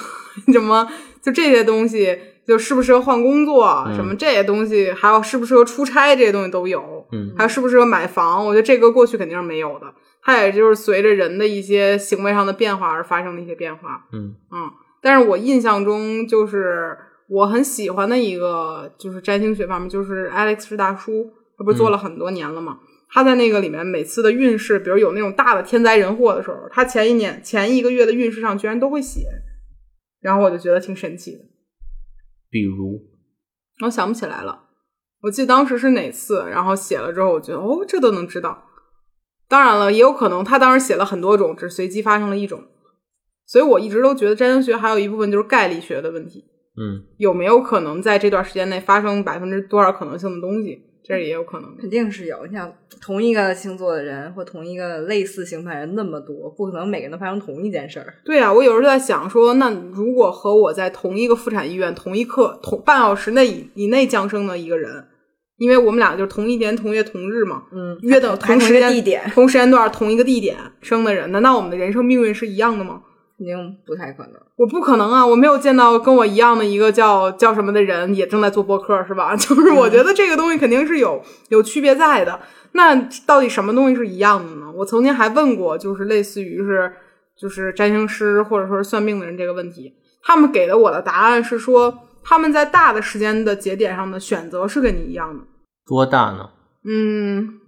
Speaker 1: 什么，就这些东西，就适不适合换工作，
Speaker 3: 嗯
Speaker 1: 什么这些东西，还有适不适合出差这些东西都有，
Speaker 3: 嗯
Speaker 1: 还有适不适合买房，我觉得这个过去肯定是没有的，它也就是随着人的一些行为上的变化而发生的一些变化。
Speaker 3: 嗯
Speaker 1: 嗯，但是我印象中就是我很喜欢的一个就是占星学方面，就是 Alex 是大叔，他不是
Speaker 3: 嗯
Speaker 1: 做了很多年了嘛。他在那个里面每次的运势，比如有那种大的天灾人祸的时候，他前一年前一个月的运势上居然都会写，然后我就觉得挺神奇的。
Speaker 3: 比如，
Speaker 1: 我想不起来了，我记得当时是哪次，然后写了之后，我觉得哦，这都能知道。当然了，也有可能他当时写了很多种，只随机发生了一种。所以我一直都觉得占星学还有一部分就是概率学的问题，
Speaker 3: 嗯，
Speaker 1: 有没有可能在这段时间内发生百分之多少可能性的东西，这也有可能的。
Speaker 2: 肯定是有。你想，同一个星座的人或同一个类似星盘人那么多，不可能每个人都发生同一件事儿。
Speaker 1: 对啊，我有时候在想说，那如果和我在同一个妇产医院、同一刻、同半小时内以以内降生的一个人，因为我们俩就是同一年、同月、同日嘛，
Speaker 2: 嗯
Speaker 1: 约等
Speaker 2: 还
Speaker 1: 同
Speaker 2: 同
Speaker 1: 时
Speaker 2: 一个
Speaker 1: 间
Speaker 2: 地点
Speaker 1: 同时间段、同一个地点生的人，难道我们的人生命运是一样的吗？
Speaker 2: 肯定不太可能。
Speaker 1: 我不可能啊！我没有见到跟我一样的一个叫叫什么的人也正在做播客，是吧？ 就是我觉得这个东西肯定是有有区别在的。那到底什么东西是一样的呢？我曾经还问过，就是类似于是就是占星师或者说是算命的人这个问题，他们给的我的答案是说，他们在大的时间的节点上的选择是跟你一样的。
Speaker 3: 多大呢？
Speaker 1: 嗯，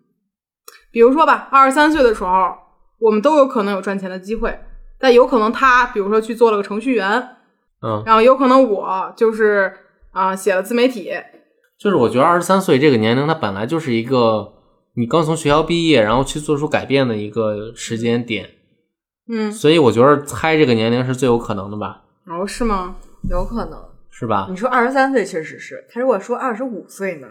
Speaker 1: 比如说吧，二十三岁的时候，我们都有可能有赚钱的机会，但有可能他比如说去做了个程序员。
Speaker 3: 嗯，
Speaker 1: 然后有可能我就是啊、写了自媒体，
Speaker 3: 就是我觉得二十三岁这个年龄，它本来就是一个你刚从学校毕业，然后去做出改变的一个时间点，
Speaker 1: 嗯，
Speaker 3: 所以我觉得猜这个年龄是最有可能的吧，
Speaker 1: 然后哦是吗？
Speaker 2: 有可能，
Speaker 3: 是吧？
Speaker 2: 你说二十三岁确实是，他如果说二十五岁呢？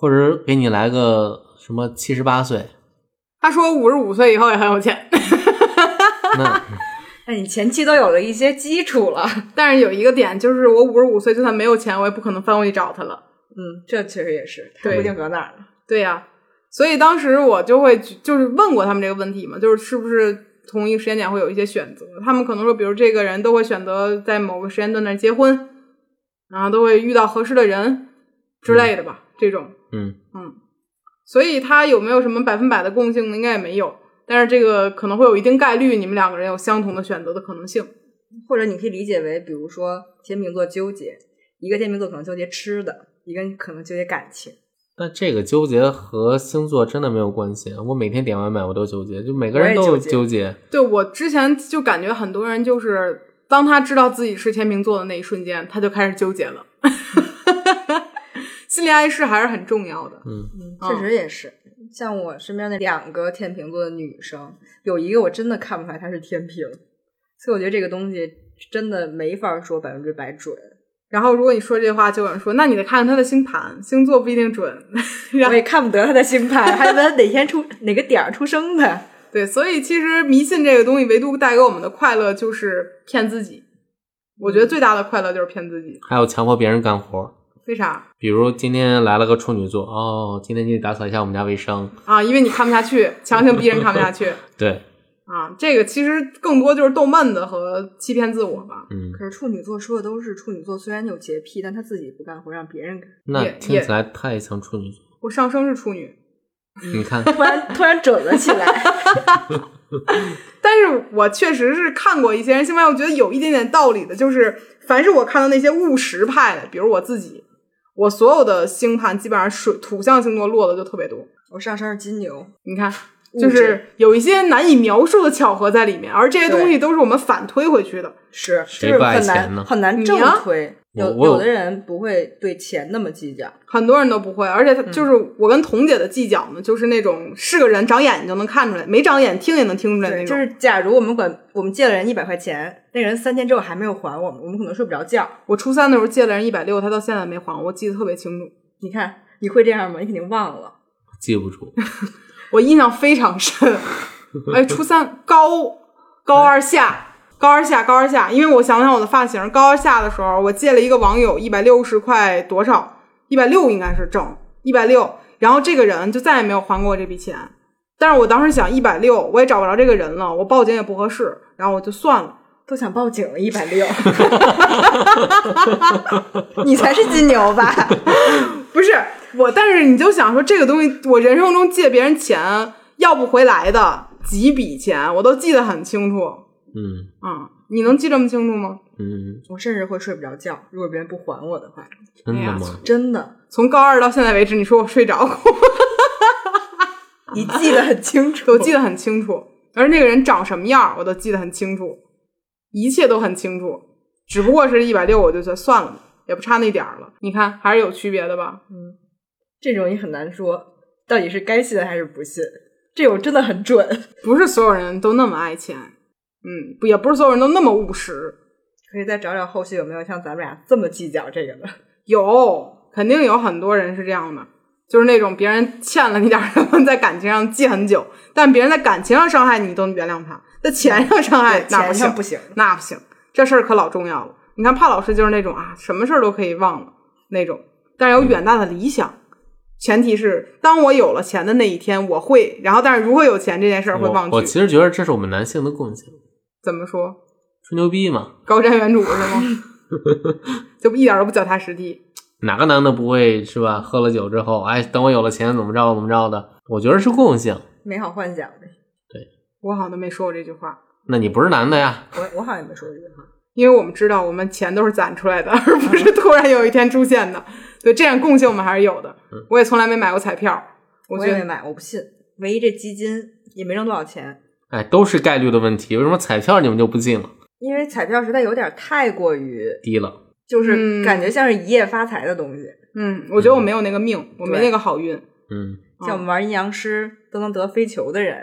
Speaker 3: 或者给你来个什么七十八岁，
Speaker 1: 他说五十五岁以后也很有钱，
Speaker 3: 那
Speaker 2: 那你前期都有了一些基础了，
Speaker 1: 但是有一个点就是我五十五岁就算没有钱，我也不可能翻过去找他了。
Speaker 2: 嗯，这确实也是，他
Speaker 1: 对
Speaker 2: 不定搁哪儿呢。
Speaker 1: 对呀、所以当时我就会就是问过他们这个问题嘛，就是是不是同一个时间点会有一些选择？他们可能说，比如这个人都会选择在某个时间段内结婚，然后都会遇到合适的人之类的吧，这种。
Speaker 3: 嗯，
Speaker 1: 所以它有没有什么百分百的共性呢？应该也没有。但是这个可能会有一定概率，你们两个人有相同的选择的可能性。
Speaker 2: 或者你可以理解为，比如说天秤座纠结，一个天秤座可能纠结吃的，一个可能纠结感情。
Speaker 3: 那这个纠结和星座真的没有关系。我每天点外卖我都纠结，就每个人
Speaker 2: 我
Speaker 3: 都
Speaker 2: 也
Speaker 3: 有
Speaker 2: 纠结
Speaker 3: 纠结。
Speaker 1: 对我之前就感觉很多人就是，当他知道自己是天秤座的那一瞬间，他就开始纠结了。 心理暗示还是很重要的。
Speaker 3: 嗯，
Speaker 2: 嗯，确实也是。像我身边那两个天秤座的女生，有一个我真的看不出来她是天平，所以我觉得这个东西真的没法说百分之百准。
Speaker 1: 然后如果你说这话，就有人说，那你得看看他的星盘，星座不一定准。
Speaker 2: 我也看不得她的星盘，还得问她哪天出哪个点儿出生的。
Speaker 1: 对，所以其实迷信这个东西，唯独带给我们的快乐就是骗自己。我觉得最大的快乐就是骗自己。
Speaker 3: 还有强迫别人干活，
Speaker 1: 为啥？
Speaker 3: 比如今天来了个处女座，哦，今天你得打扫一下我们家卫生。
Speaker 1: 啊，因为你看不下去，强行逼人看不下去
Speaker 3: 对，
Speaker 1: 啊。这个其实更多就是逗闷子和欺骗自我吧。
Speaker 3: 嗯，
Speaker 2: 可是处女座说的都是处女座，虽然有洁癖，但她自己不干活，让别人干。
Speaker 3: 那
Speaker 1: 也
Speaker 3: 听起来太像处女座。
Speaker 1: 我上升是处女，
Speaker 3: 你看，
Speaker 2: 突然突然准了起来，
Speaker 1: 但是我确实是看过一些人星盘，我觉得有一点点道理的，就是凡是我看到那些务实派的，比如我自己，我所有的星盘基本上水土象星座落的就特别多。
Speaker 2: 我上升是金牛，
Speaker 1: 你看，
Speaker 2: 物
Speaker 1: 就
Speaker 2: 质
Speaker 1: 是有一些难以描述的巧合在里面，而这些东西
Speaker 2: 对
Speaker 1: 都是我们反推回去的。
Speaker 2: 是
Speaker 3: 谁
Speaker 2: 就是
Speaker 3: 不爱
Speaker 2: 很
Speaker 3: 钱
Speaker 2: 难
Speaker 3: 呢
Speaker 2: 很难
Speaker 1: 你
Speaker 2: 正
Speaker 1: 呀
Speaker 2: 推。有
Speaker 3: 我我
Speaker 2: 有的人不会对钱那么计较，
Speaker 1: 很多人都不会，而且就是
Speaker 2: 嗯
Speaker 1: 我跟彤姐的计较呢，就是那种是个人长眼睛就能看出来，没长眼听也能听出来那
Speaker 2: 对，
Speaker 1: 种。
Speaker 2: 就是假如我们管我们借了人一百块钱，那个人三天之后还没有还我们，我们可能睡不着觉。
Speaker 1: 我初三的时候借了人一百六，他到现在没还我，我记得特别清楚，
Speaker 2: 你看，你会这样吗？你肯定忘了。
Speaker 3: 记不住。
Speaker 1: 我印象非常深。哎，初三高高二下，高二下，高二下，因为我想想我的发型，高二下的时候，我借了一个网友一百六十块多少，一百六应该是整一百六，然后这个人就再也没有还过我这笔钱。但是我当时想一百六，我也找不着这个人了，我报警也不合适，然后我就算了。
Speaker 2: 都想报警了，一百 六，你才是金牛吧？
Speaker 1: 不是我，但是你就想说这个东西，我人生中借别人钱要不回来的几笔钱，我都记得很清楚。
Speaker 3: 嗯，
Speaker 1: 嗯，你能记这么清楚吗？
Speaker 3: 嗯，
Speaker 2: 我甚至会睡不着觉，如果别人不还我的话，
Speaker 3: 真
Speaker 1: 哎
Speaker 3: 的
Speaker 1: 呀
Speaker 3: 吗？
Speaker 2: 真的，
Speaker 1: 从高二到现在为止，你说我睡着过，
Speaker 2: 你记得很清 楚，
Speaker 1: 我记得很清楚，而那个人长什么样儿我都记得很清楚，一切都很清楚，只不过是一百六，我就觉得算了吧，也不差那点儿了。你看还是有区别的吧？
Speaker 2: 这种也很难说，到底是该信还是不信。这种真的很准，
Speaker 1: 不是所有人都那么爱钱，嗯，不也不是所有人都那么务实，
Speaker 2: 可以再找找后续有没有像咱们俩这么计较这个的。
Speaker 1: 有肯定有很多人是这样的，就是那种别人欠了你点儿什么，在感情上记很久，但别人在感情上伤害你，你都原谅他，在钱上伤害
Speaker 2: 对
Speaker 1: 哎那
Speaker 2: 钱上
Speaker 1: 行
Speaker 2: 不行，
Speaker 1: 那不行，这事儿可老重要了。你看帕老师就是那种啊，什么事儿都可以忘了那种，但是有远大的理想，前提是当我有了钱的那一天，我会，然后但是如何有钱这件事儿会忘
Speaker 3: 我我
Speaker 1: 记。
Speaker 3: 其实觉得这是我们男性的共性，
Speaker 1: 怎么说？
Speaker 3: 吹牛逼嘛，
Speaker 1: 高瞻远瞩是吗？ 就一点儿都不脚踏实地。
Speaker 3: 哪个男的不会是吧？喝了酒之后，哎，等我有了钱怎么着怎么着的，我觉得是共性。
Speaker 2: 美好幻想呗。
Speaker 1: 我好像都没说过这句话。
Speaker 3: 那你不是男的呀？
Speaker 2: 我我好像也没说过这句话。
Speaker 1: 因为我们知道我们钱都是攒出来的，而不是突然有一天出现的。对，这样共性我们还是有的。
Speaker 3: 嗯
Speaker 1: 我也从来没买过彩票，我
Speaker 2: 我
Speaker 1: 觉
Speaker 2: 也没
Speaker 1: 得
Speaker 2: 买，我不信。唯一这基金也没挣多少钱，
Speaker 3: 哎，都是概率的问题。为什么彩票你们就不进了？
Speaker 2: 因为彩票实在有点太过于，
Speaker 3: 低了，
Speaker 2: 就是
Speaker 1: 嗯
Speaker 2: 感觉像是一夜发财的东西。
Speaker 1: 嗯，我觉得我没有那个命，我没
Speaker 2: 对
Speaker 1: 那个好运。
Speaker 3: 嗯，
Speaker 2: 像我们玩阴阳师都能得飞球的人，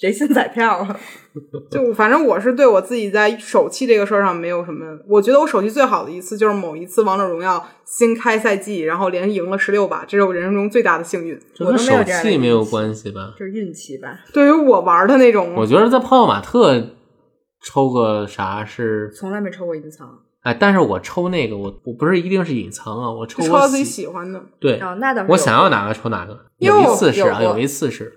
Speaker 2: 谁信彩票啊？
Speaker 1: 就反正我是对我自己在手气这个事儿上没有什么，我觉得我手气最好的一次就是某一次王者荣耀新开赛季，然后连赢了十六把，这是我人生中最大的幸运。
Speaker 3: 这
Speaker 2: 我
Speaker 3: 跟
Speaker 2: 都没有
Speaker 3: 手
Speaker 2: 这样的
Speaker 3: 气没
Speaker 2: 运
Speaker 3: 有
Speaker 2: 气
Speaker 3: 关系吧？
Speaker 2: 就是运气吧。
Speaker 1: 对于我玩的那种，
Speaker 3: 我觉得在泡泡玛特抽个啥是
Speaker 2: 从来没抽过隐藏
Speaker 3: 哎，但是我抽那个我我不是一定是隐藏啊，我抽
Speaker 1: 就抽
Speaker 3: 我
Speaker 1: 到自己喜欢的，
Speaker 3: 对，
Speaker 2: 哦，那倒是有
Speaker 3: 我想要哪个抽哪个。
Speaker 1: 哟
Speaker 3: 有一次是啊，
Speaker 2: 有过
Speaker 3: 有一次是，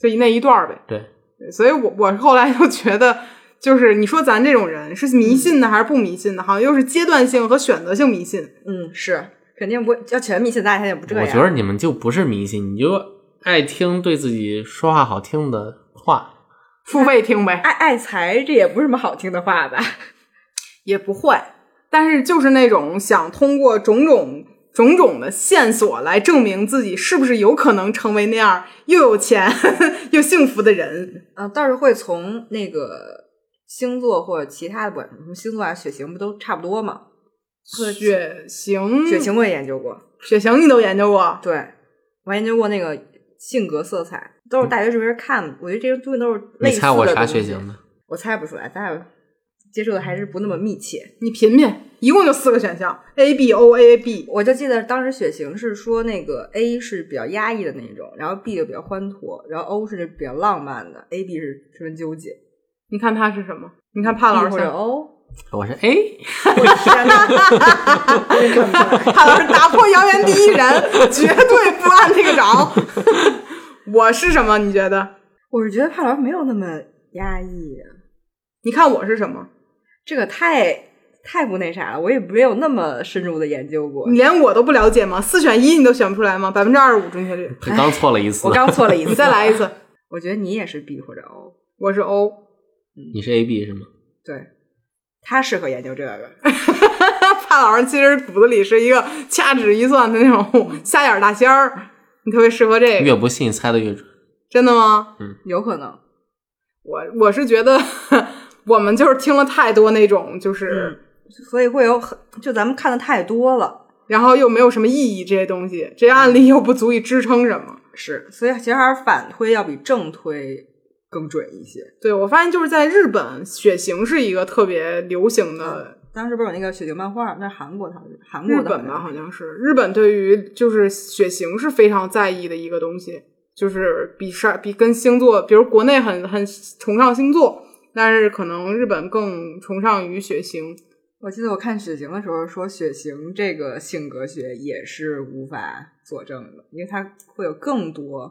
Speaker 1: 就那一段儿呗。
Speaker 3: 对，
Speaker 1: 所以我我后来就觉得，就是你说咱这种人是迷信的还是不迷信的，好像又是阶段性和选择性迷信。
Speaker 2: 嗯，是肯定不要全迷信，咱俩现在也不这样。
Speaker 3: 我觉得你们就不是迷信，你就爱听对自己说话好听的话。
Speaker 1: 付费听呗，
Speaker 2: 爱爱财这也不是什么好听的话吧？
Speaker 1: 也不会，但是就是那种想通过种种种种的线索来证明自己是不是有可能成为那样又有钱又幸福的人。
Speaker 2: 嗯、倒是会从那个星座或者其他的，不管什么星座啊、血型不都差不多吗？对
Speaker 1: 血型，
Speaker 2: 血，型我也研究过，
Speaker 3: 嗯
Speaker 1: 血型你都研究过？
Speaker 2: 对我还研究过那个性格色彩，都是大学这边看的。我觉得这些东西都是类
Speaker 3: 你
Speaker 2: 似的
Speaker 3: 猜我啥
Speaker 2: 东西
Speaker 3: 血型？的？
Speaker 2: 我猜不出来，咱俩接触的还是不那么密切。
Speaker 1: 你品品，一共就四个选项，A B O A B。
Speaker 2: 我就记得当时血型是说那个 A 是比较压抑的那种，然后 B 就比较欢脱，然后 O 是比较浪漫的，A B 是十分纠结。
Speaker 1: 你看他是什么？你看帕老师
Speaker 2: B 或者
Speaker 1: 像
Speaker 2: O，
Speaker 3: 我是哎 A，
Speaker 2: 天哪！真看不出来。
Speaker 1: 他老师打破谣言第一人，绝对不按这个着。我是什么？你觉得？
Speaker 2: 我是觉得帕老师没有那么压抑，
Speaker 1: 你看我是什么？
Speaker 2: 这个太太不那啥了，我也没有那么深入的研究过
Speaker 1: 你。连我都不了解吗？四选一你都选不出来吗？百分之二十五准确率。
Speaker 3: 他刚错了一次
Speaker 2: 哎我，刚错了一次，
Speaker 1: 你再来一。次，
Speaker 2: 我觉得你也是 B 或者 O，
Speaker 1: 我是 O，
Speaker 3: 你是 AB 是吗？
Speaker 2: 对，他适合研究这个。
Speaker 1: 帕老师其实骨子里是一个掐指一算的那种瞎眼儿大仙儿，你特别适合这个，
Speaker 3: 越不信猜的越准。
Speaker 1: 真的吗？
Speaker 2: 有可能，
Speaker 1: 我我是觉得 我们就是听了太多那种就是。
Speaker 2: 嗯，所以会有很，就咱们看的太多了，
Speaker 1: 然后又没有什么意义，这些东西，这些案例又不足以支撑什么。
Speaker 2: 是，所以其实还是反推要比正推更准一些。
Speaker 1: 对我发现就是在日本，血型是一个特别流行的，
Speaker 2: 当时不是有那个雪球漫画，那是韩国，他们韩国
Speaker 1: 日
Speaker 2: 的
Speaker 1: 本
Speaker 2: 好
Speaker 1: 吧
Speaker 2: 像
Speaker 1: 好像是日本对于就是血型是非常在意的一个东西，就是比上比跟星座，比如国内很很崇尚星座，但是可能日本更崇尚于血型。
Speaker 2: 我记得我看血型的时候说，血型这个性格学也是无法佐证的，因为它会有更多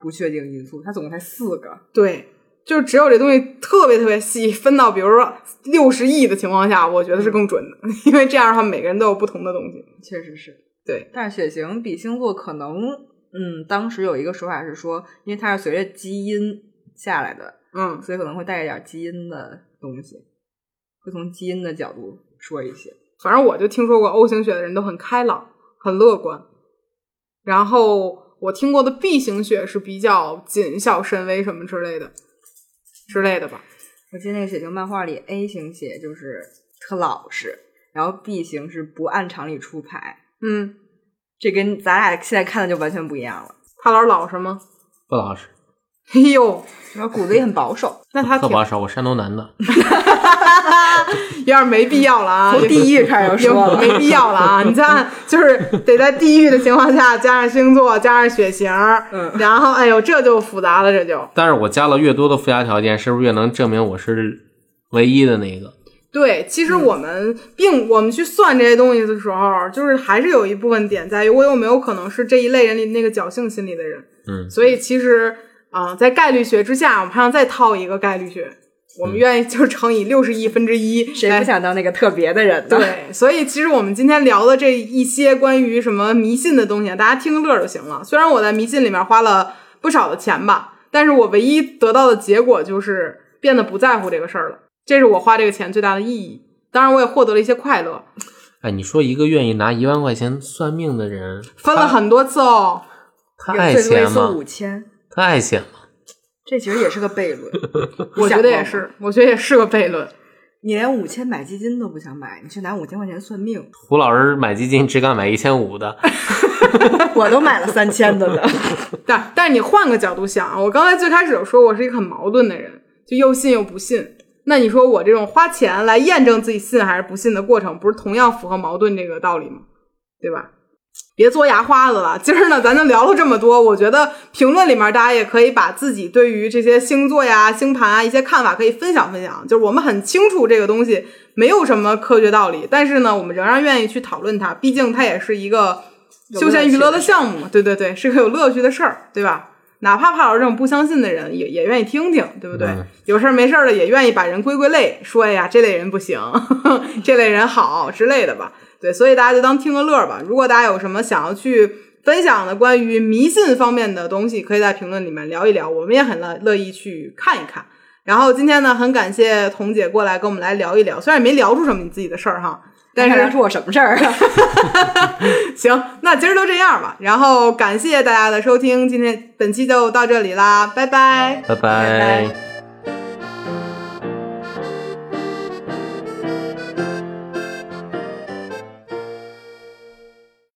Speaker 2: 不确定因素。它总共才四个，
Speaker 1: 对，就只有这东西特别特别细分到，比如说六十亿的情况下，我觉得是更准的， 因为这样的话每个人都有不同的东西。
Speaker 2: 确实是
Speaker 1: 对。
Speaker 2: 但是血型比星座可能，嗯，当时有一个说法是说，因为它是随着基因下来的，
Speaker 1: 嗯，
Speaker 2: 所以可能会带一点基因的东西。会从基因的角度说一些。
Speaker 1: 反正我就听说过 O 型血的人都很开朗、很乐观，然后我听过的 B 型血是比较谨小慎微什么之类的之类的吧。
Speaker 2: 我记得那个血型漫画里，A 型血就是特老实，然后 B 型是不按常理出牌，
Speaker 1: 嗯，
Speaker 2: 这跟咱俩现在看的就完全不一样了。
Speaker 1: 他老老实吗？
Speaker 3: 不老实，
Speaker 1: 哎呦，
Speaker 2: 然后骨子也很保守，
Speaker 1: 那他
Speaker 3: 特
Speaker 1: 挺
Speaker 3: 不老实。我山东男的，
Speaker 1: 有点没必要了 啊！
Speaker 2: 从地域开始说了
Speaker 1: 没没必要了啊！你看，就是得在地域的情况下加上星座，加上血型，
Speaker 2: 嗯
Speaker 1: 然后哎呦，这就复杂了，这就
Speaker 3: 但是我加了越多的附加条件，是不是越能证明我是唯一的那个？
Speaker 1: 对。其
Speaker 2: 嗯
Speaker 1: 实我们并我们去算这些东西的时候，就是还是有一部分点在于我有没有可能是这一类人里那个侥幸心理的人。
Speaker 3: 嗯
Speaker 1: 所以其实啊、在概率学之下，我们还想再套一个概率学，我们愿意就是乘以六十亿分之一，
Speaker 2: 嗯谁不想当那个特别的 人呢？
Speaker 1: 对，所以其实我们今天聊的这一些关于什么迷信的东西，啊大家听个乐就行了。虽然我在迷信里面花了不少的钱吧，但是我唯一得到的结果就是变得不在乎这个事儿了，这是我花这个钱最大的意义。当然，我也获得了一些快乐，
Speaker 3: 哎，你说一个愿意拿一万块钱算命的人，
Speaker 1: 分了很多次哦。。
Speaker 3: 他
Speaker 2: 有
Speaker 3: 爱
Speaker 2: 最多一
Speaker 3: 钱
Speaker 2: 次
Speaker 3: 吗
Speaker 2: 五？千，
Speaker 3: 他爱钱吗？
Speaker 2: 这其实也是个悖论
Speaker 1: 我觉得也
Speaker 2: 你想过吗，
Speaker 1: 是，我觉得也是个悖论。
Speaker 2: 你连五千买基金都不想买，你去拿五千块钱算命，
Speaker 3: 胡老师买基金只敢买一千五的，
Speaker 2: 我都买了三千的呢。
Speaker 1: 但但是你换个角度想，啊我刚才最开始有说我是一个很矛盾的人，就又信又不信。那你说我这种花钱来验证自己信还是不信的过程，不是同样符合矛盾这个道理吗？对吧？别嘬牙花子了。今儿呢，咱就聊了这么多。我觉得评论里面大家也可以把自己对于这些星座呀、星盘啊一些看法可以分享分享。就是我们很清楚这个东西没有什么科学道理，但是呢，我们仍然愿意去讨论它，毕竟它也是一个休闲娱乐的项目。对对对，是个有乐趣的事儿，对吧？哪怕怕老师这种不相信的人，也也愿意听听，对不对？
Speaker 3: 嗯
Speaker 1: 有事儿没事儿的也愿意把人归归类，说哎呀这类人不行， 这类人好之类的吧。对，所以大家就当听个乐儿吧。如果大家有什么想要去分享的关于迷信方面的东西，可以在评论里面聊一聊，我们也很乐乐意去看一看。然后今天呢，很感谢彤姐过来跟我们来聊一聊，虽然也没聊出什么你自己的事儿 哈， 但
Speaker 2: 还能
Speaker 1: 是
Speaker 2: 出我什么事儿啊？
Speaker 1: 行，那今儿就这样吧。然后感谢大家的收听，今天本期就到这里啦，拜拜
Speaker 3: 拜
Speaker 2: 拜拜